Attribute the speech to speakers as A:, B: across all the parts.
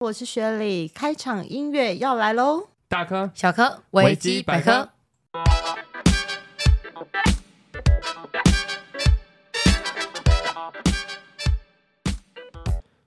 A: 我是雪莉，开场音乐要来喽！
B: 大科
C: 小科
B: 维基百科，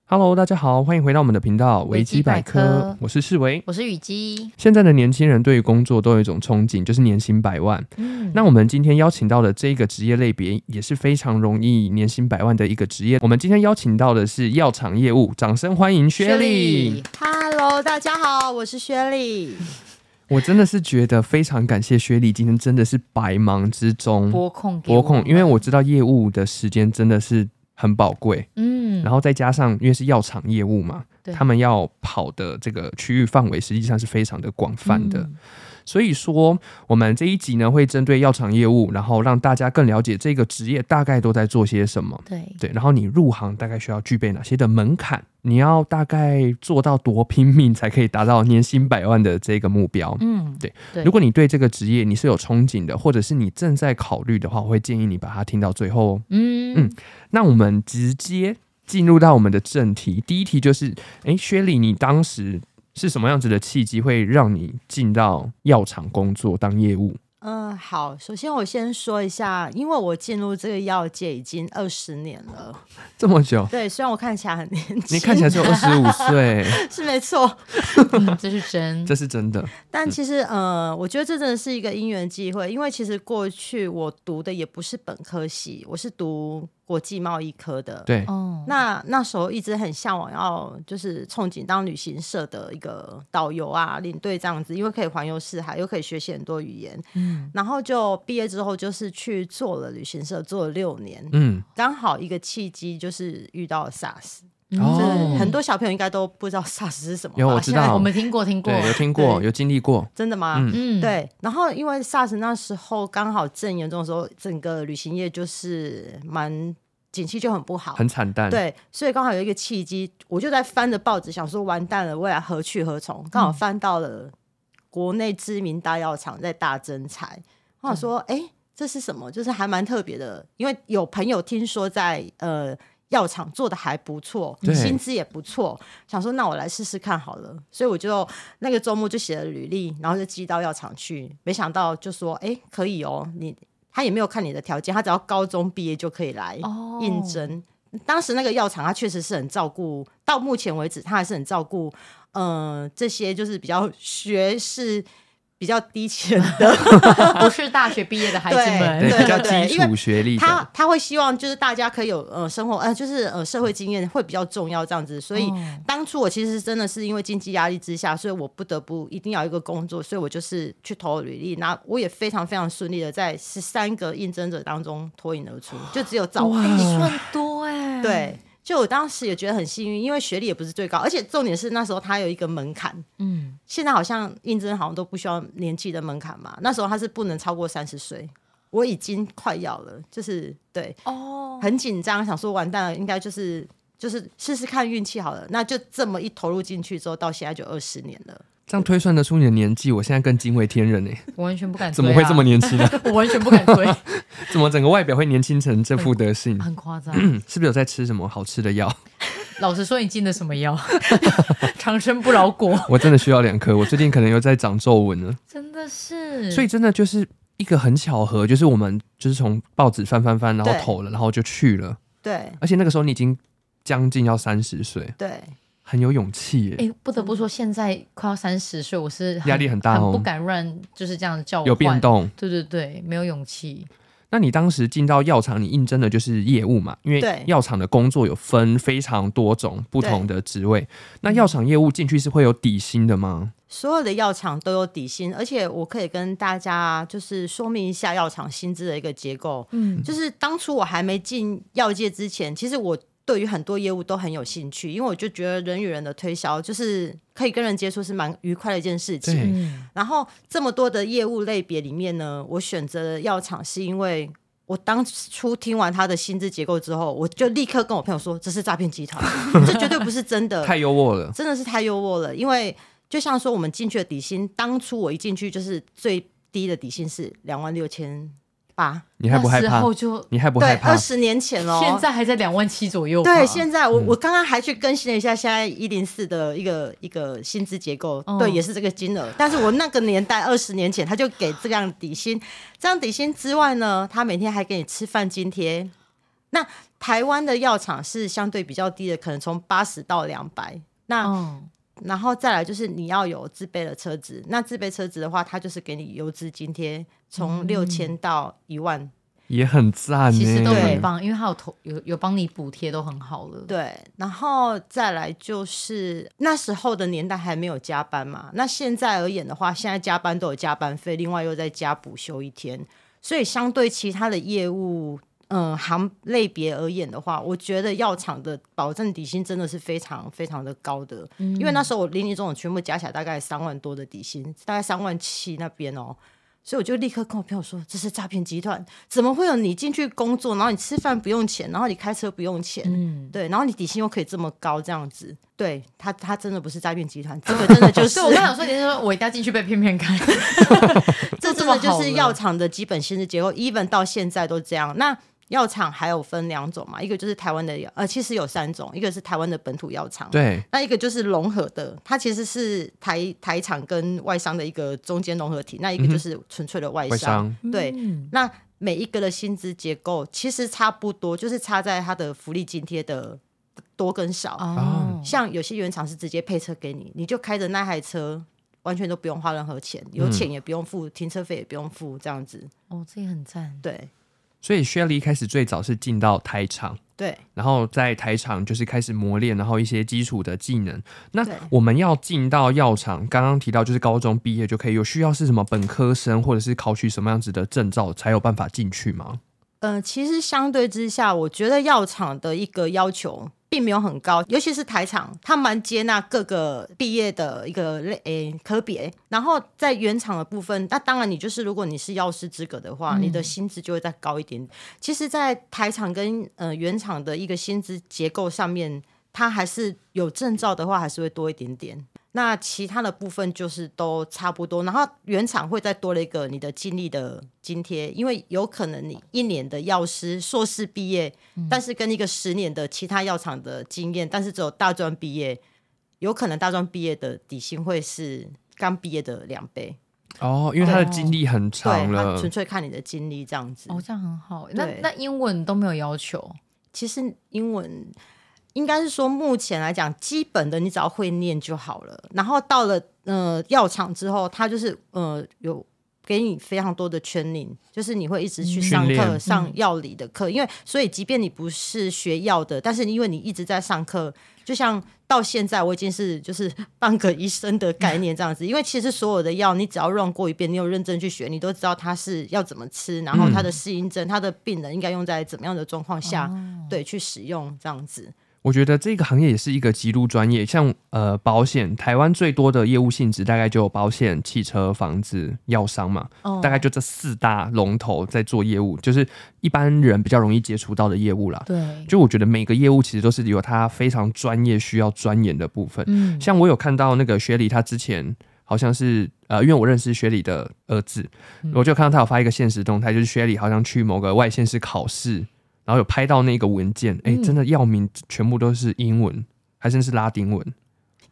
B: ，Hello，大家好，欢迎回到我们的频道维
C: 维
B: 基
C: 基
B: 百
C: 百
B: 科，
C: 科
B: 我是世维。
C: 我是雨姬。
B: 现在的年轻人对于工作都有一种憧憬，就是年薪百万。
C: 嗯，
B: 那我们今天邀请到的这个职业类别也是非常容易年薪百万的一个职业。我们今天邀请到的是药厂业务，掌声欢迎薛丽。
A: Hello，大家好，我是雪莉。
B: 我真的是觉得非常感谢薛丽，今天真的是百忙之中
C: 播控嗯给
B: 拨
C: 我
B: 控，因为我知道业务的时间真的是很宝贵，
C: 嗯，
B: 然后再加上因为是药厂业务嘛，
C: 对
B: 他们要跑的这个区域范围实际上是非常的广泛
C: 嗯
B: 的，所以说我们这一集呢会针对药厂业务，然后让大家更了解这个职业大概都在做些什么。
C: 对
B: 对，然后你入行大概需要具备哪些的门槛？你要大概做到多拼命才可以达到年薪百万的这个目标？
C: 嗯
B: 对
C: 对
B: 如果你对这个职业你是有憧憬的，或者是你正在考虑的话，我会建议你把它听到最后哦。
C: 嗯
B: 嗯那我们直接进入到我们的正题，第一题就是，诶，薛丽，你当时是什么样子的契机会让你进到药厂工作当业务？
A: 嗯，好，首先我先说一下，因为我进入这个药界已经二十年了，
B: 这么久，
A: 对，虽然我看起来很年轻，
B: 你看起来只有二十五 岁，
A: 是没错，
C: 嗯 这是 真
B: 这是真的。
A: 但其实，呃，我觉得这真的是一个因缘机会，因为其实过去我读的也不是本科系，我是读国际贸易科的。
B: 对，
C: 哦，
A: 那那时候一直很向往要就是憧憬当旅行社的一个导游啊、领队这样子，因为可以环游四海，又可以学习很多语言。
C: 嗯
A: 然后就毕业之后就是去做了旅行社，做了六年，
B: 嗯，
A: 刚好一个契机就是遇到了 SARS，、
C: 嗯
B: 哦
A: 就是很多小朋友应该都不知道 SARS 是什么吧，
B: 有我知
A: 现在
B: 道
C: 我们听过听过，
B: 对，有听过，
A: 对
B: 有经历过，
A: 真的吗？
B: 嗯
C: 嗯，
A: 对，然后因为 SARS 那时候刚好正严重的时候，整个旅行业就是蛮景气就很不好，
B: 很惨淡。，
A: 对，所以刚好有一个契机，我就在翻着报纸，想说完蛋了，未来何去何从？刚好翻到了国内知名大药厂在大增财，我想说，哎、这是什么？就是还蛮特别的，因为有朋友听说在呃药厂做的还不错，
B: 对
A: 薪资也不错，想说那我来试试看好了。所以我就那个周末就写了履历，然后就寄到药厂去，没想到就说，哎、可以哦，你。他也没有看你的条件，他只要高中毕业就可以来
C: 哦
A: 应征。当时那个药厂，它确实是很照顾，到目前为止，它还是很照顾，呃，这些就是比较学士比较低前的，
C: 不是大学毕业的孩子
B: 对，
C: 们，
A: 对
B: 比较
A: 对
B: 基
A: 因为
B: 础学历
A: 他
B: 的，
A: 他会希望就是大家可以有呃生活呃就是呃社会经验会比较重要这样子，所以。
C: 哦
A: 当初我其实真的是因为经济压力之下，所以我不得不一定要一个工作，所以我就是去投履历，那我也非常非常顺利的在十三个应征者当中脱颖而出，就只有找
C: 哎你算多哎，
A: 嗯对，就我当时也觉得很幸运，因为学历也不是最高，而且重点是那时候它有一个门槛，
C: 嗯，
A: 现在好像应征好像都不需要年纪的门槛嘛，那时候它是不能超过三十岁，我已经快要了，就是对，
C: 哦，
A: 很紧张，想说完蛋了，应该就是。就是试试看运气好了，那就这么一投入进去之后，到现在就二十年了。
B: 这样推算得出你的年纪，我现在更惊为天人呢。欸
A: 啊
C: 我完全不敢，啊
B: 怎么会这么？年轻呢？
C: 我完全不敢推，
B: 怎么整个外表会年轻成这副德性？
C: 很夸 张。
B: 嗯是不是有在吃什么好吃的药？
C: 老实说，你进的什么药？ 长生不老果，
B: 我真的需要两颗，我最近可能又在长皱纹了，
C: 真的是，
B: 所以真的就是一个很巧合，就是我们就是从报纸翻翻翻，然后
A: 对
B: 投了，然后就去了，
A: 对
B: 而且那个时候你已经将近要三十岁，
A: 对，
B: 很有勇气
C: 哎、
B: 耶，
C: 不得
A: 嗯
C: 不说，现在快要三十岁，我是很
B: 压力很大哦
C: 很不敢乱就是这样叫我
B: 有变。动。
C: 对对对，没有勇气。
B: 那你当时进到药厂，你应征的就是业务嘛？因为
A: 对
B: 药厂的工作有分非常多种不同的职位，那药厂业务进去是会有底薪的吗？
A: 所有的药厂都有底薪，而且我可以跟大家就是说明一下药厂薪资的一个结构。
C: 嗯，
A: 就是当初我还没进药界之前，其实我对于很多业务都很有兴趣，因为我就觉得人与人的推销就是可以跟人接触是蛮愉快的一件事情。
B: 对，
C: 嗯，
A: 然后这么多的业务类别里面呢，我选择了药厂是因为。我当初听完他的薪资结构之后，我就立刻跟我朋友说：“这是诈骗集团， 这绝对不是真
C: 呃
A: 的。”
B: 太优渥 了。
A: 真的是太优渥了，因为就像说我们进去的底薪，当初我一进去就是最低的底薪是两万六千八，
B: 你害不害
C: 那
B: 怕
C: 时？候就
B: 你害不
A: 对
B: 害，怕
A: 二？十年前哦。
C: 现在还在两万七左右吧。
A: 对，现在
B: 嗯
A: 我、我刚刚还去更新了一下现在一零四的一个一个薪资结构，
B: 哦
C: 嗯
A: 对，也是这个金额。但是我那个年代二十年前他就给这样底薪，这样底薪之外呢，他每天还给你吃饭津贴。那台湾的药厂是相对比较低的，可能从八十到两百。那、
B: 哦
C: 嗯，
A: 然后再来就是你要有自备的车子，那自备车子的话，它就是给你油资津贴，从
B: 嗯
A: 六千到一万。
B: 也很赞呢。
C: 其实都
A: 对
C: 很棒，因为他有投有有帮你补贴，都很好了。
A: 对，然后再来就是那时候的年代还没有加班嘛，那现在而言的话，现在加班都有加班费，另外又再加补休一天，所以相对其他的业务。嗯，行类别而言的话，我觉得药厂的保证底薪真的是非常非常的高的，因为那时候我零零总总全部加起来大概三万多的底薪，大概三万七那边哦，所以我就立刻跟我朋友说，这是诈骗集团，怎么会有你进去工作，然后你吃饭不用钱，然后你开车不用钱，
C: 嗯，
A: 对，然后你底薪又可以这么高，这样子，对他，他真的不是诈骗集团，这个真的 就是
C: 所以我刚想说，你是说我一定要进去被骗骗看？
A: 这真的就是药厂的基本薪资结构，even 到现在都这样。那药厂还有分两种嘛，一个就是台湾的药，呃，其实有三种，一个是台湾的本土药厂，
B: 对，
A: 那一个就是融合的，它其实是台台厂跟外商的一个中间融合体，那一个就是纯粹的外
B: 外商
A: 对
C: 嗯
A: 那每一个的薪资结构其实差不多，就是差在它的福利津贴的多跟少。
C: 哦，
A: 像有些原厂是直接配车给你，你就开着那台车，完全都不用花任何钱，有钱也不用付，停车费也不用付，这样子。
C: 哦，这也很赞。
A: 对
B: 所以 Shelly 一开始最早是进到台场，
A: 对，
B: 然后在台场就是开始磨练，然后一些基础的技能。那
A: 对
B: 我们要进到药厂，刚刚提到就是高中毕业就可以，有需要是什么本科生或者是考取什么样子的证照才有办法进去吗？
A: 呃，其实相对之下，我觉得药厂的一个要求并没有很高，尤其是台厂，它蛮接纳各个毕业的一个类诶、科别。然后在原厂的部分，那当然你就是如果你是药师资格的话，你的薪资就会再高一点。其实，在台厂跟呃原厂的一个薪资结构上面，它还是有证照的话，还是会多一点点。那其他的部分就是都差不多，然后原厂会再多了一个你的经历的津贴，因为有可能你一年的药师硕士毕业，但是跟一个十年的其他药厂的经验，但是只有大专毕业，有可能大专毕业的底薪会是刚毕业的两倍，
B: 哦，因为他的
C: 哦
B: 经历很长
A: 对，
B: 了，
A: 它纯粹看你的经历这样子。
C: 哦，这样很好。那
A: 对
C: 那英文都没有要求，
A: 其实英文应该是说，目前来讲，基本的你只要会念就好了。然后到了呃药厂之后，它就是呃有给你非常多的 training，就是你会一直去上
B: 嗯训
A: 课
B: 练
A: 上药理的课，因为所以即便你不是学药的，但是因为你一直在上课，就像到现在我已经是就是 半个医生的概念这样子，因为其实所有的药你只要 run 过一遍，你有认真去学，你都知道它是要怎么吃，然
B: 嗯
A: 后它的适应症、它的病人应该用在怎么样的状况下，
B: 嗯
A: 对去使用这样子。
B: 我觉得这个行业也是一个极度专业，像呃保险，台湾最多的业务性质大概就有保险、汽车、房子、药商嘛，
C: 哦
B: 大概就这四大龙头在做业务，就是一般人比较容易接触到的业务啦。
C: 对，
B: 就我觉得每个业务其实都是有它非常专业需要钻研的部分。
C: 嗯，
B: 像我有看到那个学理，他之前好像是呃，因为我认识学理的儿子，
C: 嗯
B: 我就看到他有发一个现实动态，就是学理好像去某个外县市考试，然后有拍到那个文件，哎、
C: 嗯
B: 真的药名全部都是英文，还甚至是拉丁文，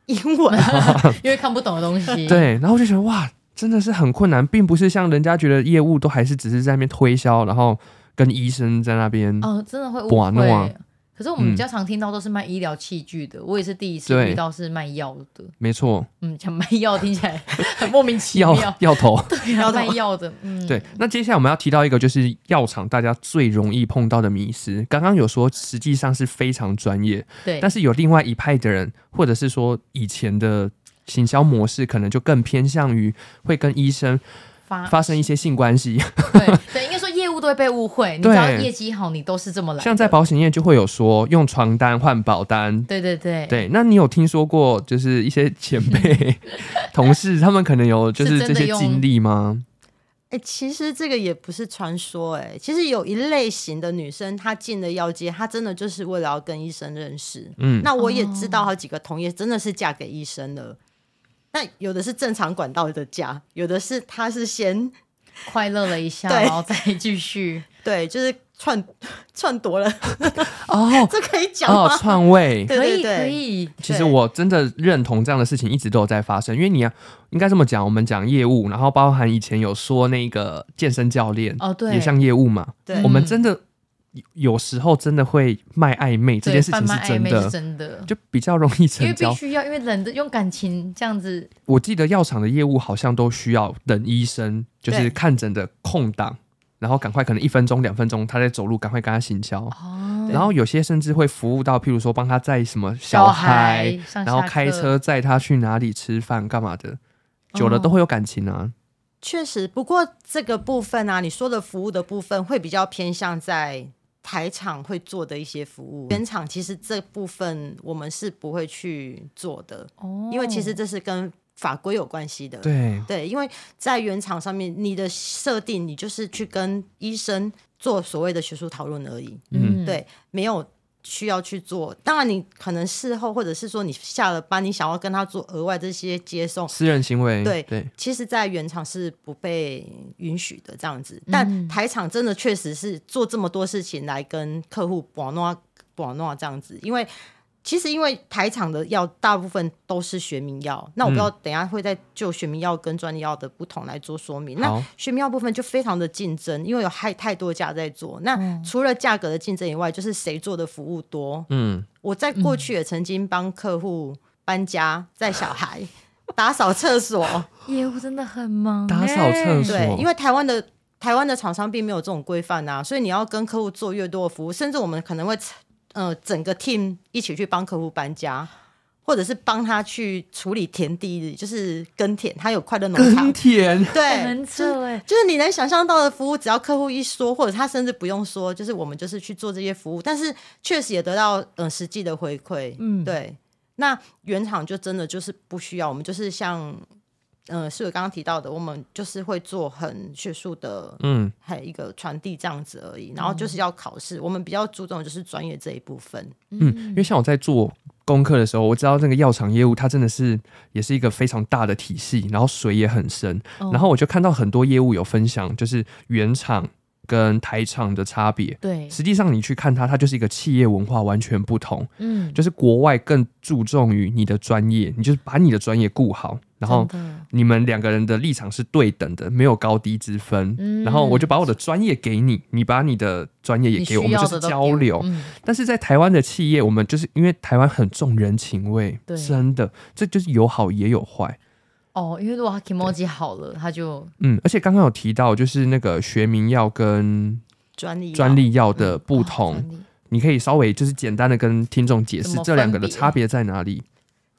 A: 英文
C: 因为看不懂的东西。，
B: 对，然后我就觉得哇，真的是很困难，并不是像人家觉得业务都还是只是在那边推销，然后跟医生在那边，
C: 哦，真的会误
B: 寡诺嗯啊
C: 会。可是我们
B: 嗯
C: 比较常听到都是卖医疗器具的，我也是第一次
B: 对
C: 遇到是卖药的。
B: 没错，
C: 嗯，讲卖药听起来 很莫名其
B: 药
C: 妙，
B: 药头。
C: 对啊，卖药的，嗯，
B: 对，那接下来我们要提到一个，就是药厂大家最容易碰到的迷失。刚刚有说，实际上是非常专业，
C: 对
B: 但，是有另外一派的人，或者是说以前的行销模式，可能就更偏向于会跟医生
C: 发
B: 发生一些性关系。
C: 对对，应该说业务都会被误会，你只
B: 对
C: 要业绩好，你都是这么来的。
B: 像在保险业就会有说用床单换保单。
C: 对对对，
B: 对，那你有听说过就是一些前 辈同事，他们可能有就是是
C: 真
B: 这
C: 的
B: 些
C: 用
B: 经历吗？
A: 哎、其实这个也不是传说、哎，其实有一类型的女生，她进了药界，她真的就是为了要跟医生认识。
B: 嗯
A: 那我也知道好几个同业真的是嫁给医生了。那有的是正常管道的嫁，有的是她是先
C: 快乐了一下，
A: 对
C: 然后再继续。
A: 对，就是篡 篡夺了，
B: 哦
A: 这可以讲
B: 哦
A: 吗？，
B: 篡位。
A: 对
C: 可以
A: 对对
C: 可以，
B: 其实
A: 对
B: 我真的认同这样的事情一直都有在发生，因为你要应该这么讲，我们讲业务，然后包含以前有说那个健身教练
C: 哦对
B: 也像业务嘛，
A: 对
B: 我们
C: 嗯
B: 真的有有时候真的会卖暧昧，这
C: 对
B: 件事情
C: 贩卖
B: 是真
C: 暧昧是
B: 的，
C: 真的，
B: 就比较容易
C: 因为
B: 成
C: 必
B: 交。
C: 须要，因为人的用感情这样子，
B: 我记得药厂的业务好像都需要等医生，就是
A: 对
B: 看诊的空档，然后赶快可能一分钟两分钟他在走路，赶快跟他行销。
C: 哦，
B: 然后有些甚至会服务到，譬如说帮他载什么
C: 小
B: 小孩，
C: 上
B: 然后
C: 下
B: 开
C: 课，
B: 车载他去哪里吃饭干嘛的，久了
C: 哦
B: 都会有感情啊。
A: 确实，不过这个部分啊，你说的服务的部分会比较偏向在台场会做的一些服务，原厂其实这部分我们是不会去做的，
C: 哦
A: 因为其实这是跟法规有关系的。
B: 对，
A: 对，因为在原厂上面，你的设定你就是去跟医生做所谓的学术讨论而已，
B: 嗯
A: 对，没有需要去做。当然，你可能事后或者是说你下了班，你想要跟他做额外这些接送，
B: 私人行为，
A: 对
B: 对，
A: 其实，在原厂是不被允许的这样子，
B: 嗯
A: 但台厂真的确实是做这么多事情来跟客户玩弄啊玩弄这样子，因为其实因为台厂的药大部分都是学名药，那我不知道
B: 嗯
A: 等一下会再就学名药跟专利药的不同来做说明。
B: 好
A: 那学名药部分就非常的竞争，因为有太太多家在做。那除了价格的竞争以外，就是谁做的服务多，
B: 嗯，
A: 我在过去也曾经帮客户搬家、载小孩、 打扫厕所，
C: 业务真的很忙欸，
B: 打扫厕所
A: 对，因为台湾的台湾的厂商并没有这种规范啊，所以你要跟客户做越多的服务，甚至我们可能会呃整个 team 一起去帮客户搬家。或者是帮他去处理田地，就是耕田，他有快乐农场
B: 耕，
C: 嗯
B: 田，
A: 对，
C: 很扯哎，
A: 就是你能想象到的服务，只要客户一说，或者他甚至不用说，就是我们就是去做这些服务，但是确实也得到呃实际的回馈，
C: 嗯
A: 对。那原厂就真的就是不需要，我们就是像呃，是我刚刚提到的，我们就是会做很学术的，
B: 嗯，
A: 还有一个传递这样子而已，然后就是要考试，我们比较注重就是专业这一部分，
B: 嗯，因为像我在做功课的时候，我知道那个药厂业务它真的是也是一个非常大的体系，然后水也很深。
C: 哦
B: 然后我就看到很多业务有分享，就是原厂跟台厂的差别。
C: 对，
B: 实际上你去看它，它就是一个企业文化完全不同。
C: 嗯，
B: 就是国外更注重于你的专业，你就是把你的专业顾好，然后
C: 真的
B: 你们两个人的立场是对等的，没有高低之分。
C: 嗯
B: 然后我就把我的专业给你，你把你的专业也
C: 你
B: 给我，我
C: 需
B: 们
C: 要
B: 就
C: 的
B: 是
C: 都
B: 交
C: 给
B: 流。
C: 嗯
B: 但是在台湾的企业，我们就是因为台湾很重人情味，
C: 对
B: 真的，这就是有好也有坏。
C: 哦，因为如果他 k i m o j i 好了，他就
B: 嗯，而且刚刚有提到，就是那个学名药跟
A: 专利啊
B: 专利药的不
C: 哦
B: 同，
C: 专利
B: 你可以稍微就是简单的跟听众解
C: 怎
B: 释
C: 么
B: 这两个
C: 分
B: 的
C: 别
B: 差别在哪里？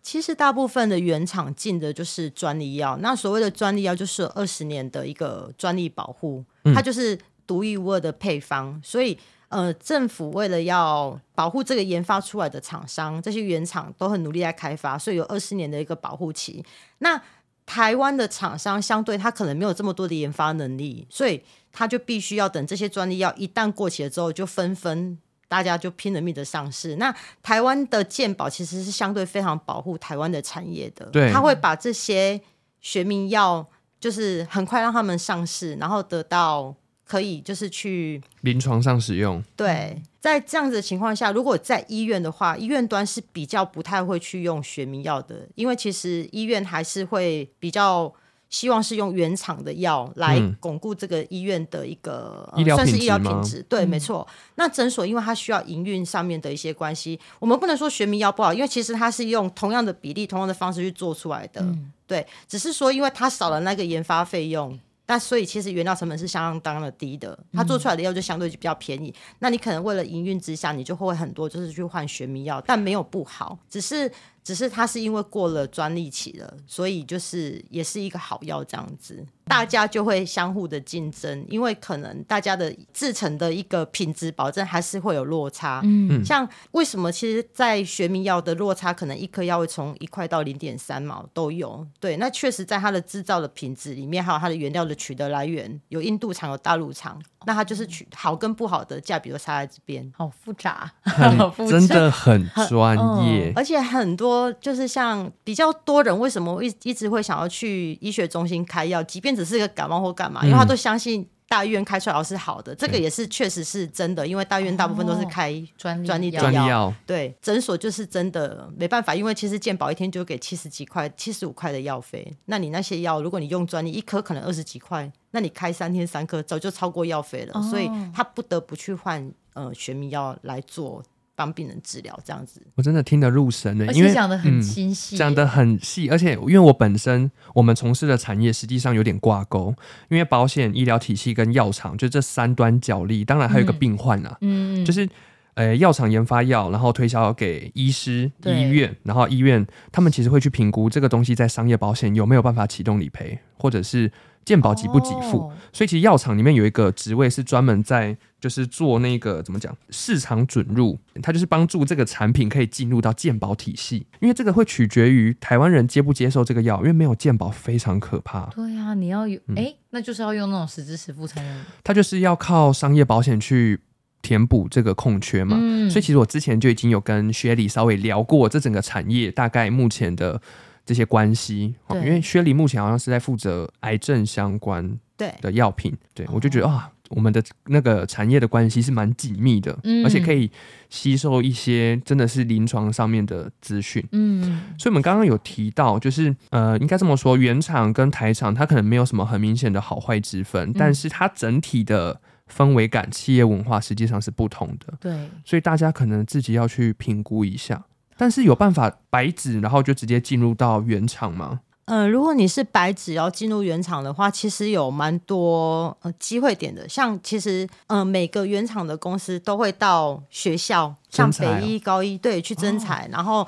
A: 其实大部分的原厂进的就是专利药，那所谓的专利药就是二十年的一个专利保护，它就是独一无二的配方，所以。呃，政府为了要保护这个研发出来的厂商，这些原厂都很努力在开发，所以有二十年的一个保护期。那台湾的厂商相对它可能没有这么多的研发能力，所以它就必须要等这些专利药一旦过期了之后，就纷纷大家就拼了命的上市。那台湾的健保其实是相对非常保护台湾的产业的，
B: 对
A: 它会把这些学名药就是很快让他们上市，然后得到可以就是去
B: 临床上使 用，
A: 对，在这样子的情况下，如果在医院的话，医院端是比较不太会去用学名药的，因为其实医院还是会比较希望是用原厂的药来
B: 嗯
A: 巩固这个医院的一个、
B: 医疗
A: 呃算是
B: 品
A: 医疗
B: 质吗嗯
A: 品质。对，没错。那诊所因为它需要营运上面的一些关系，我们不能说学名药不好，因为其实它是用同样的比例、同样的方式去做出来的。
B: 嗯
A: 对，只是说因为它少了那个研发费用，那所以其实原料成本是相当的低的，它做出来的药就相对就比较便宜。那你可能为了营运之下，你就会很多就是去换学名药，但没有不好，只是只是它是因为过了专利期了，所以就是也是一个好药这样子，大家就会相互的竞争，因为可能大家的制成的一个品质保证还是会有落差。嗯，像为什么其实，在学名药的落差可能一颗药会从一块到零点三毛都有，对，那确实在它的制造的品质里面，还有它的原料的取得来源，有印度厂有大陆厂，那它就是取好跟不好的价比都差在这边。
C: 好复杂，哦
B: 很
C: 好复杂
B: 真的很专业。
A: 而且很多说，就是像比较多人为什么一一直会想要去医学中心开药，即便只是个感冒或干嘛，因为他都相信大医院开出来是好的，这个
B: 嗯对
A: 也是确实是真的，因为大医院大部分都是
C: 哦
A: 开。
C: 专利
A: 专利
C: 药
B: 专利药，
A: 对，诊所就是真的没办法，因为其实健保一天就给七十几块、七十五块的药费，那你那些药，如果你用专利一颗可能二十几块，那你开三天三颗，早就超过药费
B: 哦
A: 了，所以他不得不去换呃学名药来做帮病人治疗这样子。
B: 我真的听得入神了，
C: 而
B: 因
C: 且
B: 为
C: 讲的很
B: 嗯
C: 清晰耶，
B: 讲得很细，而且因为我本身我们从事的产业实际上有点挂钩，因为保险、医疗体系跟药厂就这三端角力，当然还有一个
C: 嗯
B: 病患啊，
C: 嗯，嗯，
B: 就是呃药厂研发药，然后推销给医师、
C: 对
B: 医院，然后医院他们其实会去评估这个东西在商业保险有没有办法启动理赔，或者是健保给不给付。
C: 哦
B: 所以其实药厂里面有一个职位是专门在就是做那个怎么讲市场准入，它就是帮助这个产品可以进入到健保体系，因为这个会取决于台湾人接不接受这个药，因为没有健保非常可怕，
C: 对呀、你要有
B: 嗯
C: 哎、那就是要用那种实支实付才能。
B: 它就是要靠商业保险去填补这个空缺嘛。
C: 嗯
B: 所以其实我之前就已经有跟薛礼稍微聊过这整个产业大概目前的这些关系，哦
C: 对
B: 因为薛礼目前好像是在负责癌症相关
A: 对，
B: 的药品，对我就觉得啊，我们的那个产业的关系是蛮紧密的，
C: 嗯
B: 而且可以吸收一些真的是临床上面的资讯。
C: 嗯，
B: 所以我们刚刚有提到，就是呃，应该这么说，原厂跟台厂它可能没有什么很明显的好坏之分，但是它整体的氛围感、企业文化实际上是不同的，
C: 对，
B: 所以大家可能自己要去评估一下。但是有办法白纸，然后就直接进入到原厂吗？
A: 呃，如果你是白纸要进入原厂的话，其实有蛮多呃机会点的。像其实呃每个原厂的公司都会到学校，像
B: 征才哦嗯
A: 北一、高一对去征才，然后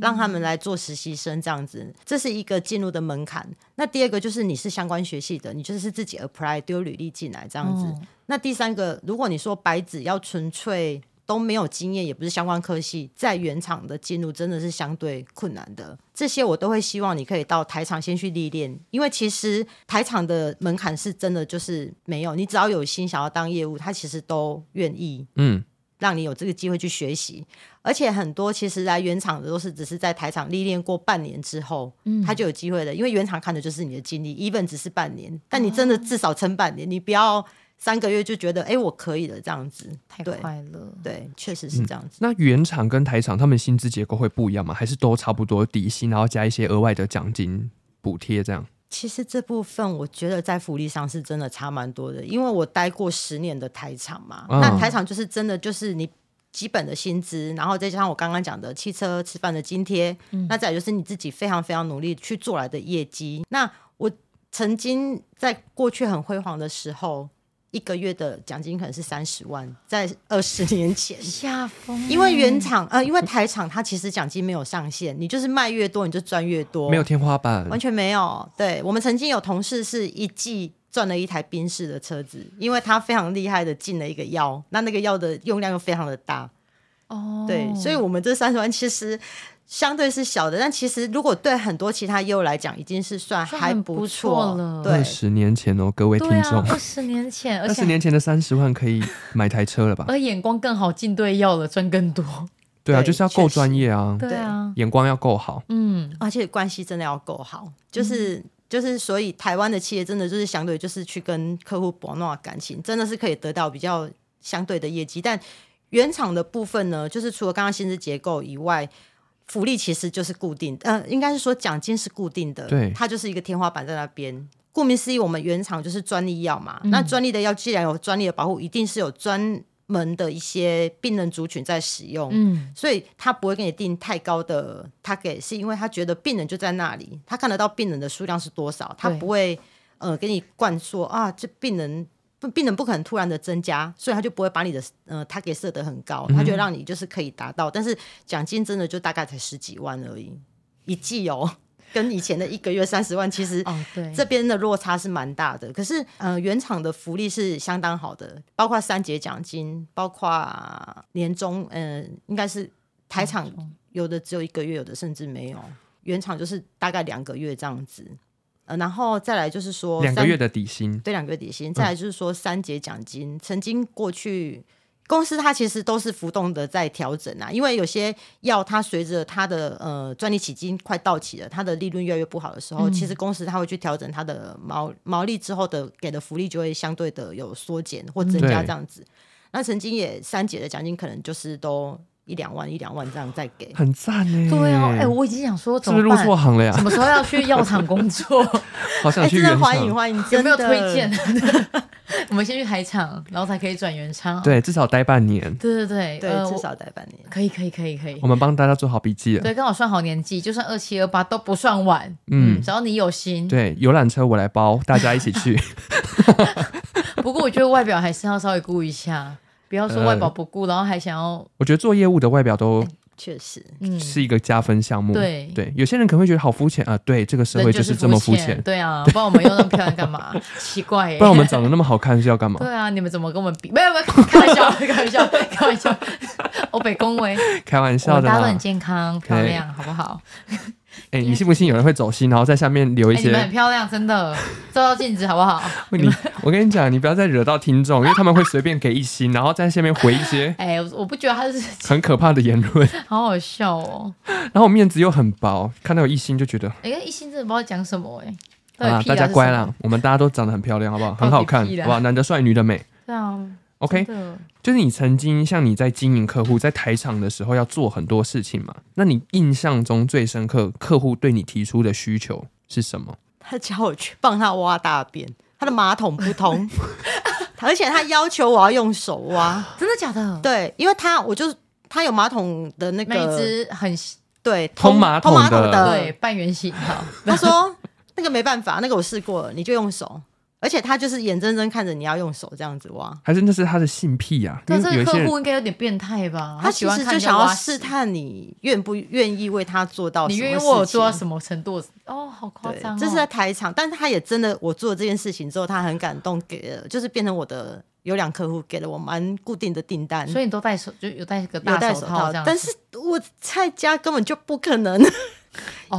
A: 让他们来做实习生这样子，这是一个进入的门槛。那第二个就是你是相关学系的，你就是自己 apply 丢履历进来这
C: 这
A: 样子。
B: 哦
A: 那第三个，如果你说白纸要纯粹都没有经验，也不是相关科系，在原厂的进入真的是相对困难的。这些我都会希望你可以到台厂先去历练，因为其实台厂的门槛是真的就是没有，你只要有心想要当业务，他其实都愿意
B: 嗯，
A: 让你有这个机会去学习。而且很多其实来原厂的都是只是在台厂历练过半年之后，他就有机会了，因为原厂看的就是你的经历，even 只是半年，但你真的至少撑半年，你不要三个月就觉得哎、诶我可以了这样子。
C: 太
A: 对
C: 快乐，
A: 对，确实是这样子。
B: 那原厂跟台厂他们薪资结构会不一样吗？还是都差不多底薪，然后加一些额外的奖金补贴这样？
A: 其实这部分我觉得在福利上是真的差蛮多的，因为我待过十年的台厂嘛，
B: 嗯
A: 那台厂就是真的就是你。基本的薪资，然后再加上我刚刚讲的汽车吃饭的津贴，那再来就是你自己非常非常努力去做来的业绩。那我曾经在过去很辉煌的时候，一个月的奖金可能是三十万，在二十年前，
C: 下风啊，
A: 因为原厂呃，因为台厂它其实奖金没有上限，你就是卖越多你就赚越多，
B: 没有天花
C: 嗯
B: 板，
A: 完全没有。对我们曾经有同事是一季赚了一台宾士的车子，因为他非常厉害的进了一个药，那那个药的用量又非常的大，
C: 哦，
A: 对，所以我们这三十万其实相对是小的，但其实如果对很多其他业务来讲，已经是算
C: 算
A: 还
C: 很不
A: 不
C: 错了
A: 对
B: 二，十年前哦，各位听
C: 对
B: 众
C: 啊，，二十年前，而
B: 二十
C: 且
B: 年前的三十万可以买台车 了吧？
C: 而眼光更好，进队药了，赚更多，
B: 对啊，
A: 对
B: 就是要够专业啊，
C: 对啊，
B: 眼光要够好。
C: 嗯，
A: 而且关系真的要够好，就是。就是，所以台湾的企业真的就是相对就是去跟客户博弄感情，真的是可以得到比较相对的业绩。但原厂的部分呢，就是除了刚刚薪资结构以外，福利其实就是固定，呃，应该是说奖金是固定的，
B: 对
A: 它就是一个天花板在那边。顾名思义，我们原厂就是专利药嘛，那专利的药既然有专利的保护，一定是有专门的一些病人族群在使用，
C: 嗯，
A: 所以他不会给你定太高的 target，是因为他觉得病人就在那里，他看得到病人的数量是多少，他
C: 对
A: 不会呃给你灌输啊，这病人不病人不可能突然的增加，所以他就不会把你的呃 target 设得很
C: 嗯
A: 高，他就让你就是可以达到，但是奖金真的就大概才十几万而已，一季哦，跟以前的一个月三十万其实
C: 哦，对，
A: 这边的落差是蛮大的。可是，呃，原厂的福利是相当好的，包括三节奖金，包括年终，嗯、应该是台厂有的只有一个月，有的甚至没有。原厂就是大概两个月这样子，呃，然后再来就是说
B: 两个
A: 三
B: 月的底薪，
A: 对两个月底薪，再来就是说三节奖金，曾经过去公司它其实都是浮动的在调整啊，因为有些药它随着它的呃专利期金快到期了，它的利润越来越不好的时候，
C: 嗯
A: 其实公司它会去调整它的毛毛利之后的给的福利就会相对的有缩减或增加
B: 嗯对
A: 这样子。那曾经也三姐的奖金可能就是都一两万一两万这样再给，
B: 很赞呢、
C: 对啊，哎、我已经想说
B: 是
C: 怎
B: 嗯不是
C: 么
B: 入
C: 办，
B: 错行了呀
C: 什？么时候要去药厂 工作？
B: 好想
A: 哎，
B: 去
A: 真
B: 原
A: 的欢迎
B: 厂。
A: 欢迎，
C: 有没有
A: 真的
C: 推荐？ 我们先去海厂，然后才可以转原厂。
B: 对，至少待半年。
C: 对对对，
A: 对，
C: 呃、
A: 至
C: 我
A: 少待半年。
C: 可以可以可以可以
B: 我。们帮大家做好笔记了。
C: 对，刚好算好年纪，就算二七二八都不算晚。
B: 嗯
C: 嗯，只要你有心。
B: 对，游览车我来包，大家一起 去。
C: 不过我觉得外表还是要稍微顾一下，不要
B: 呃
C: 说外表不顾，然后还想要
B: 我觉得做业务的外表都
A: 确实，
C: 嗯，
B: 是一个加分项目。
C: 对
B: 对，有些人可能会觉得好肤浅啊，对，这个社会
C: 人就是
B: 这么肤浅。
C: 对啊，不然我们又那么漂亮干嘛？ 奇怪欸耶、
B: 不然我们长得那么好看是要干 嘛？
C: 对啊，你们怎么跟我们比？没有没有，开玩笑，开玩笑，开玩笑。欧北恭维，
B: 开玩
C: 我
B: 笑
C: 们
B: 的
C: 大家都
B: 啦
C: 很。健康漂亮，好不好？
B: 哎，你信不信有人会走心，然后在下面留一
C: 哎、你
B: 些
C: 们很漂亮，真的，照照镜子好不好？
B: 你，我跟你讲，你不要再惹到听众，因为他们会随便给一星，然后在下面回一些
C: 哎、我我不觉得他是，
B: 很可怕的言 论，
C: 好好笑哦。
B: 然后我面子又很薄，看到有一星就觉得
C: 哎、一心真的不知道讲什么哎、到底
B: 啊，
C: 屁
B: 大
C: 啦
B: 家
C: 是
B: 乖
C: 什么
B: 啦，我们大家都长得很漂亮，好不好？
C: 到底
B: 很好看，
C: 屁啦
B: 好不好？男的帅，女的美。
C: 对啊
B: OK，
C: 真的
B: 就是你曾经像你在经营客户，在台场的时候要做很多事情嘛，那你印象中最深刻客户对你提出的需求是什么？
A: 他叫我去帮他挖大便，他的马桶不 通，而且他要求我要用手挖。
C: 真的假的？
A: 对，因为他我就是他有马桶的那
C: 那一
A: 个呃
C: 只很
A: 对
B: 通马
A: 通
B: 桶
A: 马桶
B: 的
C: 对半圆形，好，
A: 他说那个没办法，那个我试过了，你就用手。而且他就是眼睁睁看着你要用手这样子挖，
B: 还是那是他的性癖呀、
C: 对
B: 因
C: 啊
B: 为
C: 这
B: 有
C: 个
B: 一些
C: 客
B: 人
C: 户应该有点变态吧？
A: 他
C: 喜
A: 其
C: 欢
A: 实
C: 看
A: 就
C: 人家
A: 想要
C: 挖
A: 试
C: 屎，
A: 探你愿不愿意为他做到什
C: 你
A: 么事情。
C: 愿意为我做到什么程度？哦，好夸
A: 对
C: 张、哦，，
A: 这是在台场，但是他也真的，我做这件事情之后，他很感动，给了就是变成我的有两客户给了我蛮固定的订单，
C: 所
A: 以
C: 以你都戴手，就有戴个
A: 有戴
C: 大
A: 手
C: 套
A: 套
C: 这样子。，
A: 但是我在家根本就不可能，
C: 哦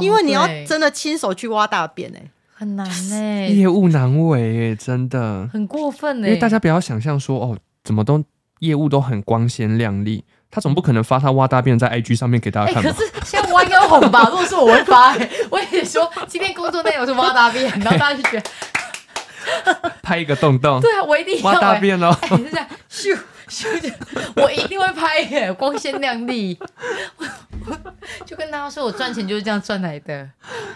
A: 因为你要
C: 对
A: 真的亲手去挖大便哎、
C: 很难呢、
B: 业务难为耶，真的，
C: 很过分欸呢、
B: 因为大家不要想象说哦，怎么都业务都很光鲜亮丽，他总不可能发他挖大便在 IG 上面给大
C: 哎、
B: 家看吧？
C: 可是现在挖应该会红吧？如果是我会发、哎，我也说今天工作内容是挖大便，然后大家就觉得，
B: 拍一个洞洞，
C: 对啊，我一定要、
B: 挖大便哦。
C: 哎、哎是这样咻咻的，我一定会拍耶、光鲜亮丽。我就跟大家说，我赚钱就是这样赚来的，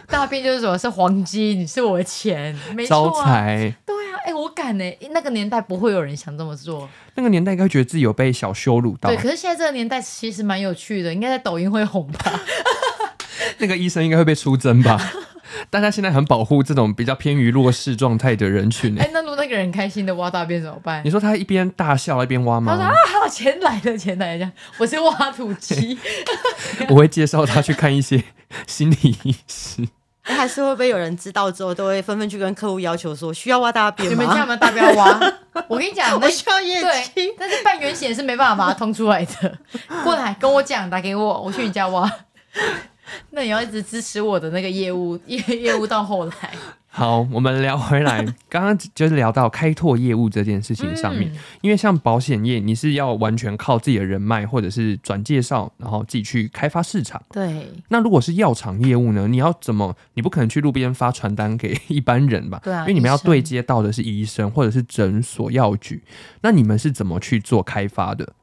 C: 大便就是什么是黄金，是我的钱，没
B: 招
C: 错、啊。
B: 财，
C: 对啊，哎、我敢呢、那个年代不会有人想这么做。
B: 那个年代应该觉得自己有被小羞辱到
C: 对，，可是现在这个年代其实蛮有趣的，应该在抖音会红吧？
B: 那个医生应该会被出征吧？ 大家现在很保护这种比较偏于弱势状态的人群、
C: 哎、
B: 欸。
C: 那如果那个人开心的挖大便怎么办
B: 你？说他一边大笑一边挖
C: 他说
B: 吗
C: 啊？，钱来了，钱来了，这样我是挖土机，
A: 哎
B: 我会介绍他去看一些心理医师。
A: 还是会被有人知道之后，都会纷纷去跟客户要求说需要挖大便
C: 你们家
A: 吗？
C: 有没有大便挖？我跟你讲，那
A: 我需要业
C: 对
A: 绩，，
C: 但是半圆形是没办法把它通出来的。过来跟我讲，打给我，我去你家挖。 那你要一直支持我的那个业务，业业务 到后来，
B: 好，我们聊回 来，刚刚就是聊到开拓业务这件事情上面，
C: 嗯
B: 因为像保险业，你是要完全靠自己的人脉或者是转介绍，然后自己去开发市场。
C: 对
B: 那如果是药厂业务呢？你要怎么？你不可能去路边发传单给一般人吧？
C: 对啊
B: 因为你们要
C: 医生
B: 对接到的是医生或者是诊所、药局。那你们是怎么去做开发的？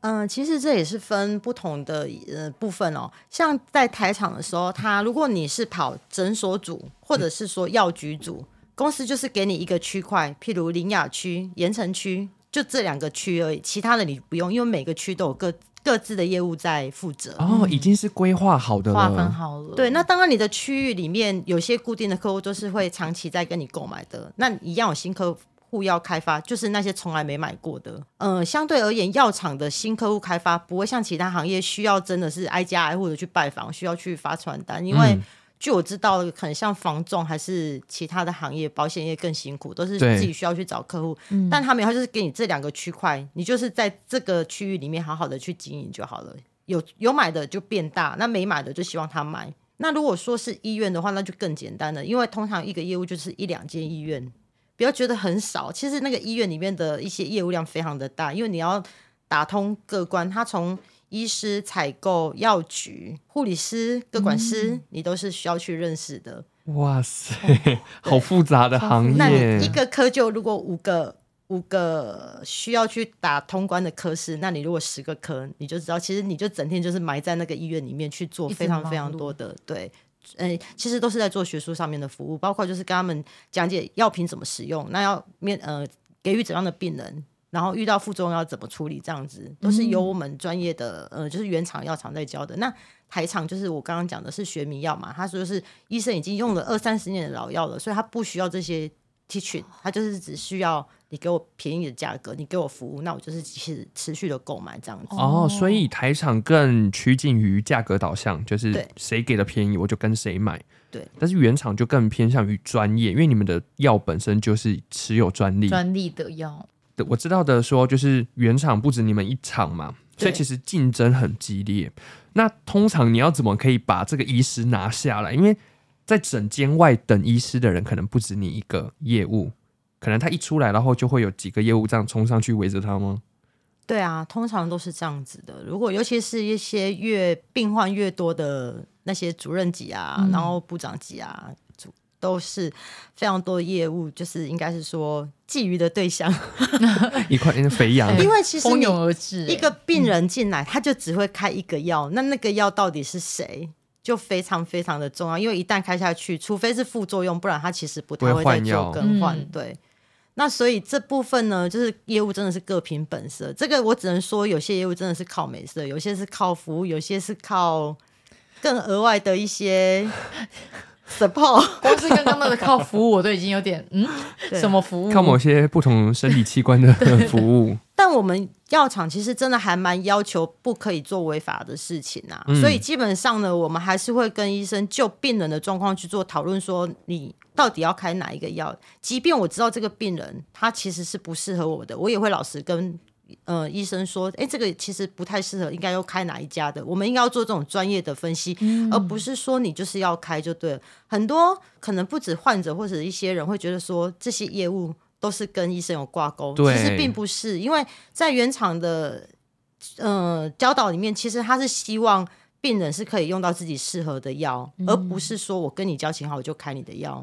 A: 嗯，其实这也是分不同的呃部分哦。像在台场的时候，他如果你是跑诊所组或者是说药局组，公司就是给你一个区块，譬如林雅区、盐城区，就这两个区而已，其他的你不用，因为每个区都有各各自的业务在负责。
B: 哦，已经是规划好的
C: 划分
B: 了。
C: 好了，
A: 对，那当然你的区域里面有些固定的客户都是会长期在跟你购买的，那你一样有新客户要开发，就是那些从来没买过的。呃，相对而言，药厂的新客户开发不会像其他行业需要真的是挨家挨户的去拜访，需要去发传单，因为、据我知道，可能像房仲还是其他的行业，保险业更辛苦，都是
B: 对
A: 自己需要去找客户。但他们他就是给你这两个区块，你就是在这个区域里面好好的去经营就好了。有有买的就变大，那没买的就希望他买。那如果说是医院的话，那就更简单了，因为通常一个业务就是一两间医院，不要觉得很少，其实那个医院里面的一些业务量非常的大，因为你要打通各关，他从医师、采购、药局、护理师、各管师，
C: 嗯
A: 你都是需要去认识的。
B: 哇塞， 好复杂的行
A: 那
B: 业
A: 你一。个科就如果五个五个需要去打通关的科室，那你如果十个科，你就知道，其实你就整天就是埋在那个医院里面去做
C: 一直
A: 非常
C: 忙
A: 非常
C: 碌
A: 多的对。呃，其实都是在做学术上面的服务，包括就是跟他们讲解药品怎么使用，那要面呃给予怎样的病人，然后遇到副作用要怎么处理，这样子都是由我们专业的呃就是原厂药厂在教的。那台厂就是我刚刚讲的是学名药嘛，他说是医生已经用了二三十年的老药了，所以他不需要这些 teaching，他就是只需要你给我便宜的价格，你给我服务，那我就是持持续的购买这样子。
B: 哦，所以台场更趋近于价格导向，就是
A: 对
B: 谁给的便宜我就跟谁买。
A: 对，
B: 但是原厂就更偏向于专业，因为你们的药本身就是持有专利。
C: 专利的药，
B: 对我知道的说，就是原厂不止你们一厂嘛，所
A: 对
B: 以其实竞争很激烈。那通常你要怎么可以把这个医师拿下来？因为在整间外等医师的人可能不止你一个业务，可能他一出来，然后就会有几个业务这样冲上去围着他吗？
A: 对啊，通常都是这样子的。如果尤其是一些越病患越多的那些主任级啊，然后
C: 嗯
A: 部长级啊，主都是非常多的业务，就是应该是说觊觎的对象。
B: 一块肥羊
C: 哎
A: 因为其实
C: 蜂
A: 你
C: 拥而至、欸
A: 一个病人进来，他就只会开一个药，那那个药到底是谁，就非常非常的重要，因为一旦开下去，除非是副作用，不然他其实不太
B: 不会
A: 会再
B: 换药
A: 做更换。
C: 嗯
A: 对，那所以这部分呢，就是业务真的是各凭本事。这个我只能说，有些业务真的是靠美色，有些是靠服务，有些是靠更额外的一些 support。
C: 光是刚刚那个靠服务，我都已经有点嗯，
A: 对
C: 什么服务？
B: 靠某些不同生理器官的服务。
A: 但我们药厂其实真的还蛮要求不可以做违法的事情啊，
B: 嗯
A: 所以基本上呢，我们还是会跟医生就病人的状况去做讨论，说你到底要开哪一个药。即便我知道这个病人他其实是不适合我的，我也会老实跟呃医生说，哎，这个其实不太适合，应该要开哪一家的。我们应该要做这种专业的分析，而
C: 嗯
A: 不是说你就是要开就对了。很多可能不止患者或者一些人会觉得说这些业务都是跟医生有挂钩，
B: 对
A: 其实并不是，因为在原厂的呃教导里面，其实他是希望。病人是可以用到自己适合的药，而不是说我跟你交情好我就开你的药。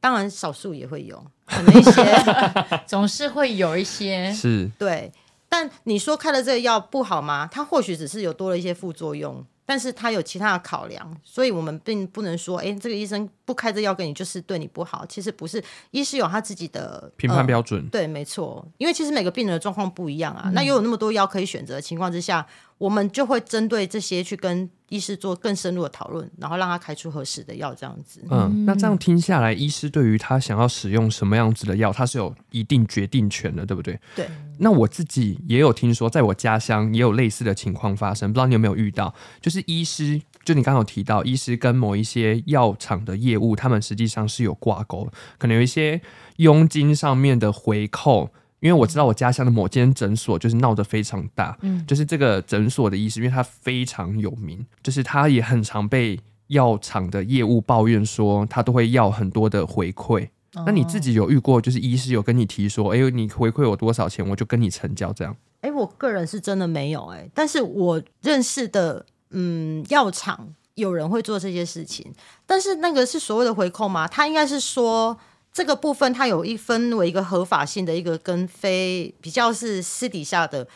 A: 当然，少数也会有，可能一些
C: 总是会有一些
B: 是，
A: 对，但你说开了这个药不好吗？它或许只是有多了一些副作用，但是它有其他的考量，所以我们并不能说，哎，这个医生不开这药给你就是对你不好。其实不是，医师有他自己的
B: 评判、
A: 呃
B: 标准。
A: 对，没错，因为其实每个病人的状况不一样啊，
B: 嗯
A: 那又有那么多药可以选择的情况之下，我们就会针对这些去跟医师做更深入的讨论，然后让他开出合适的药，这样子。
B: 嗯，那这样听下来，医师对于他想要使用什么样子的药，他是有一定决定权的，对不对？
A: 对。
B: 那我自己也有听说，在我家乡也有类似的情况发生，不知道你有没有遇到？就是医师，就你刚刚有提到，医师跟某一些药厂的业务，他们实际上是有挂钩，可能有一些佣金上面的回扣。因为我知道我家乡的某间诊所就是闹得非常大，嗯，就是这个诊所的医师，因为他非常有名，就是他也很常被药厂的业务抱怨说，他都会要很多的回馈。那你自己有遇过，就是医师有跟你提说，哎、呦，你回馈我多少钱，我就跟你成交这样。
A: 哎，我个人是真的没有哎、但是我认识的嗯药厂有人会做这些事情，但是那个是所谓的回扣吗？他应该是说这个部分它有一分为一个合法性的一个跟非比较是私底下的，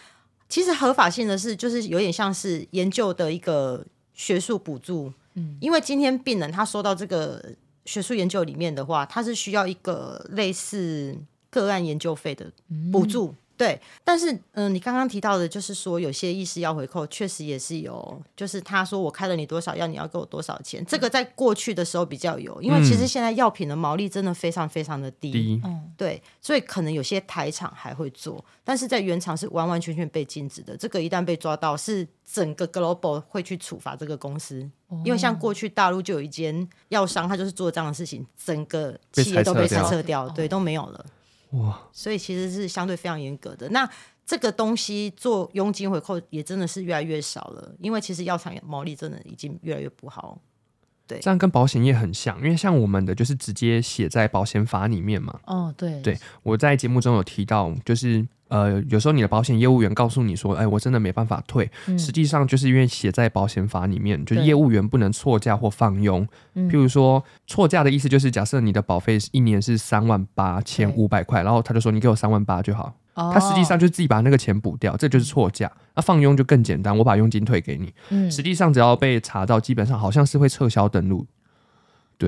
A: 其实合法性的是就是有点像是研究的一个学术补助，嗯，因为今天病人他收到这个学术研究里面的话，他是需要一个类似个案研究费的补助。对，但是嗯、呃你刚刚提到的，就是说有些医师要回扣，确实也是有，就是他说我开了你多少药，你要给我多少钱，这个在过去的时候比较有，因为其实现在药品的毛利真的非常非常的低，
B: 第一，
A: 对，所以可能有些台厂还会做，但是在原厂是完完全全被禁止的。这个一旦被抓到，是整个 global 会去处罚这个公司，因为像过去大陆就有一间药商，他就是做这样的事情，整个
B: 被
A: 企
B: 裁
A: 业都
B: 撤
A: 被
B: 掉
A: 裁撤掉，对，都没有了。
B: 哇，
A: 所以其实是相对非常严格的。那这个东西做佣金回扣也真的是越来越少了，因为其实药厂毛利真的已经越来越不好。对
B: 这样跟保险业很像，因为像我们的就是直接写在保险法里面嘛。
C: 哦，对
B: 对我在节目中有提到，就是呃，有时候你的保险业务员告诉你说，哎，我真的没办法退，
C: 嗯
B: 实际上就是因为写在保险法里面，就是
C: 对
B: 业务员不能错价或放佣。
C: 嗯
B: 譬如说，错价的意思就是，假设你的保费是一年是三万八千五百块，然后他就说你给我三万八就好，他实际上
C: 哦
B: 就自己把那个钱补掉，这就是错价。那放佣就更简单，我把佣金退给你，
C: 嗯
B: 实际上只要被查到，基本上好像是会撤销登录。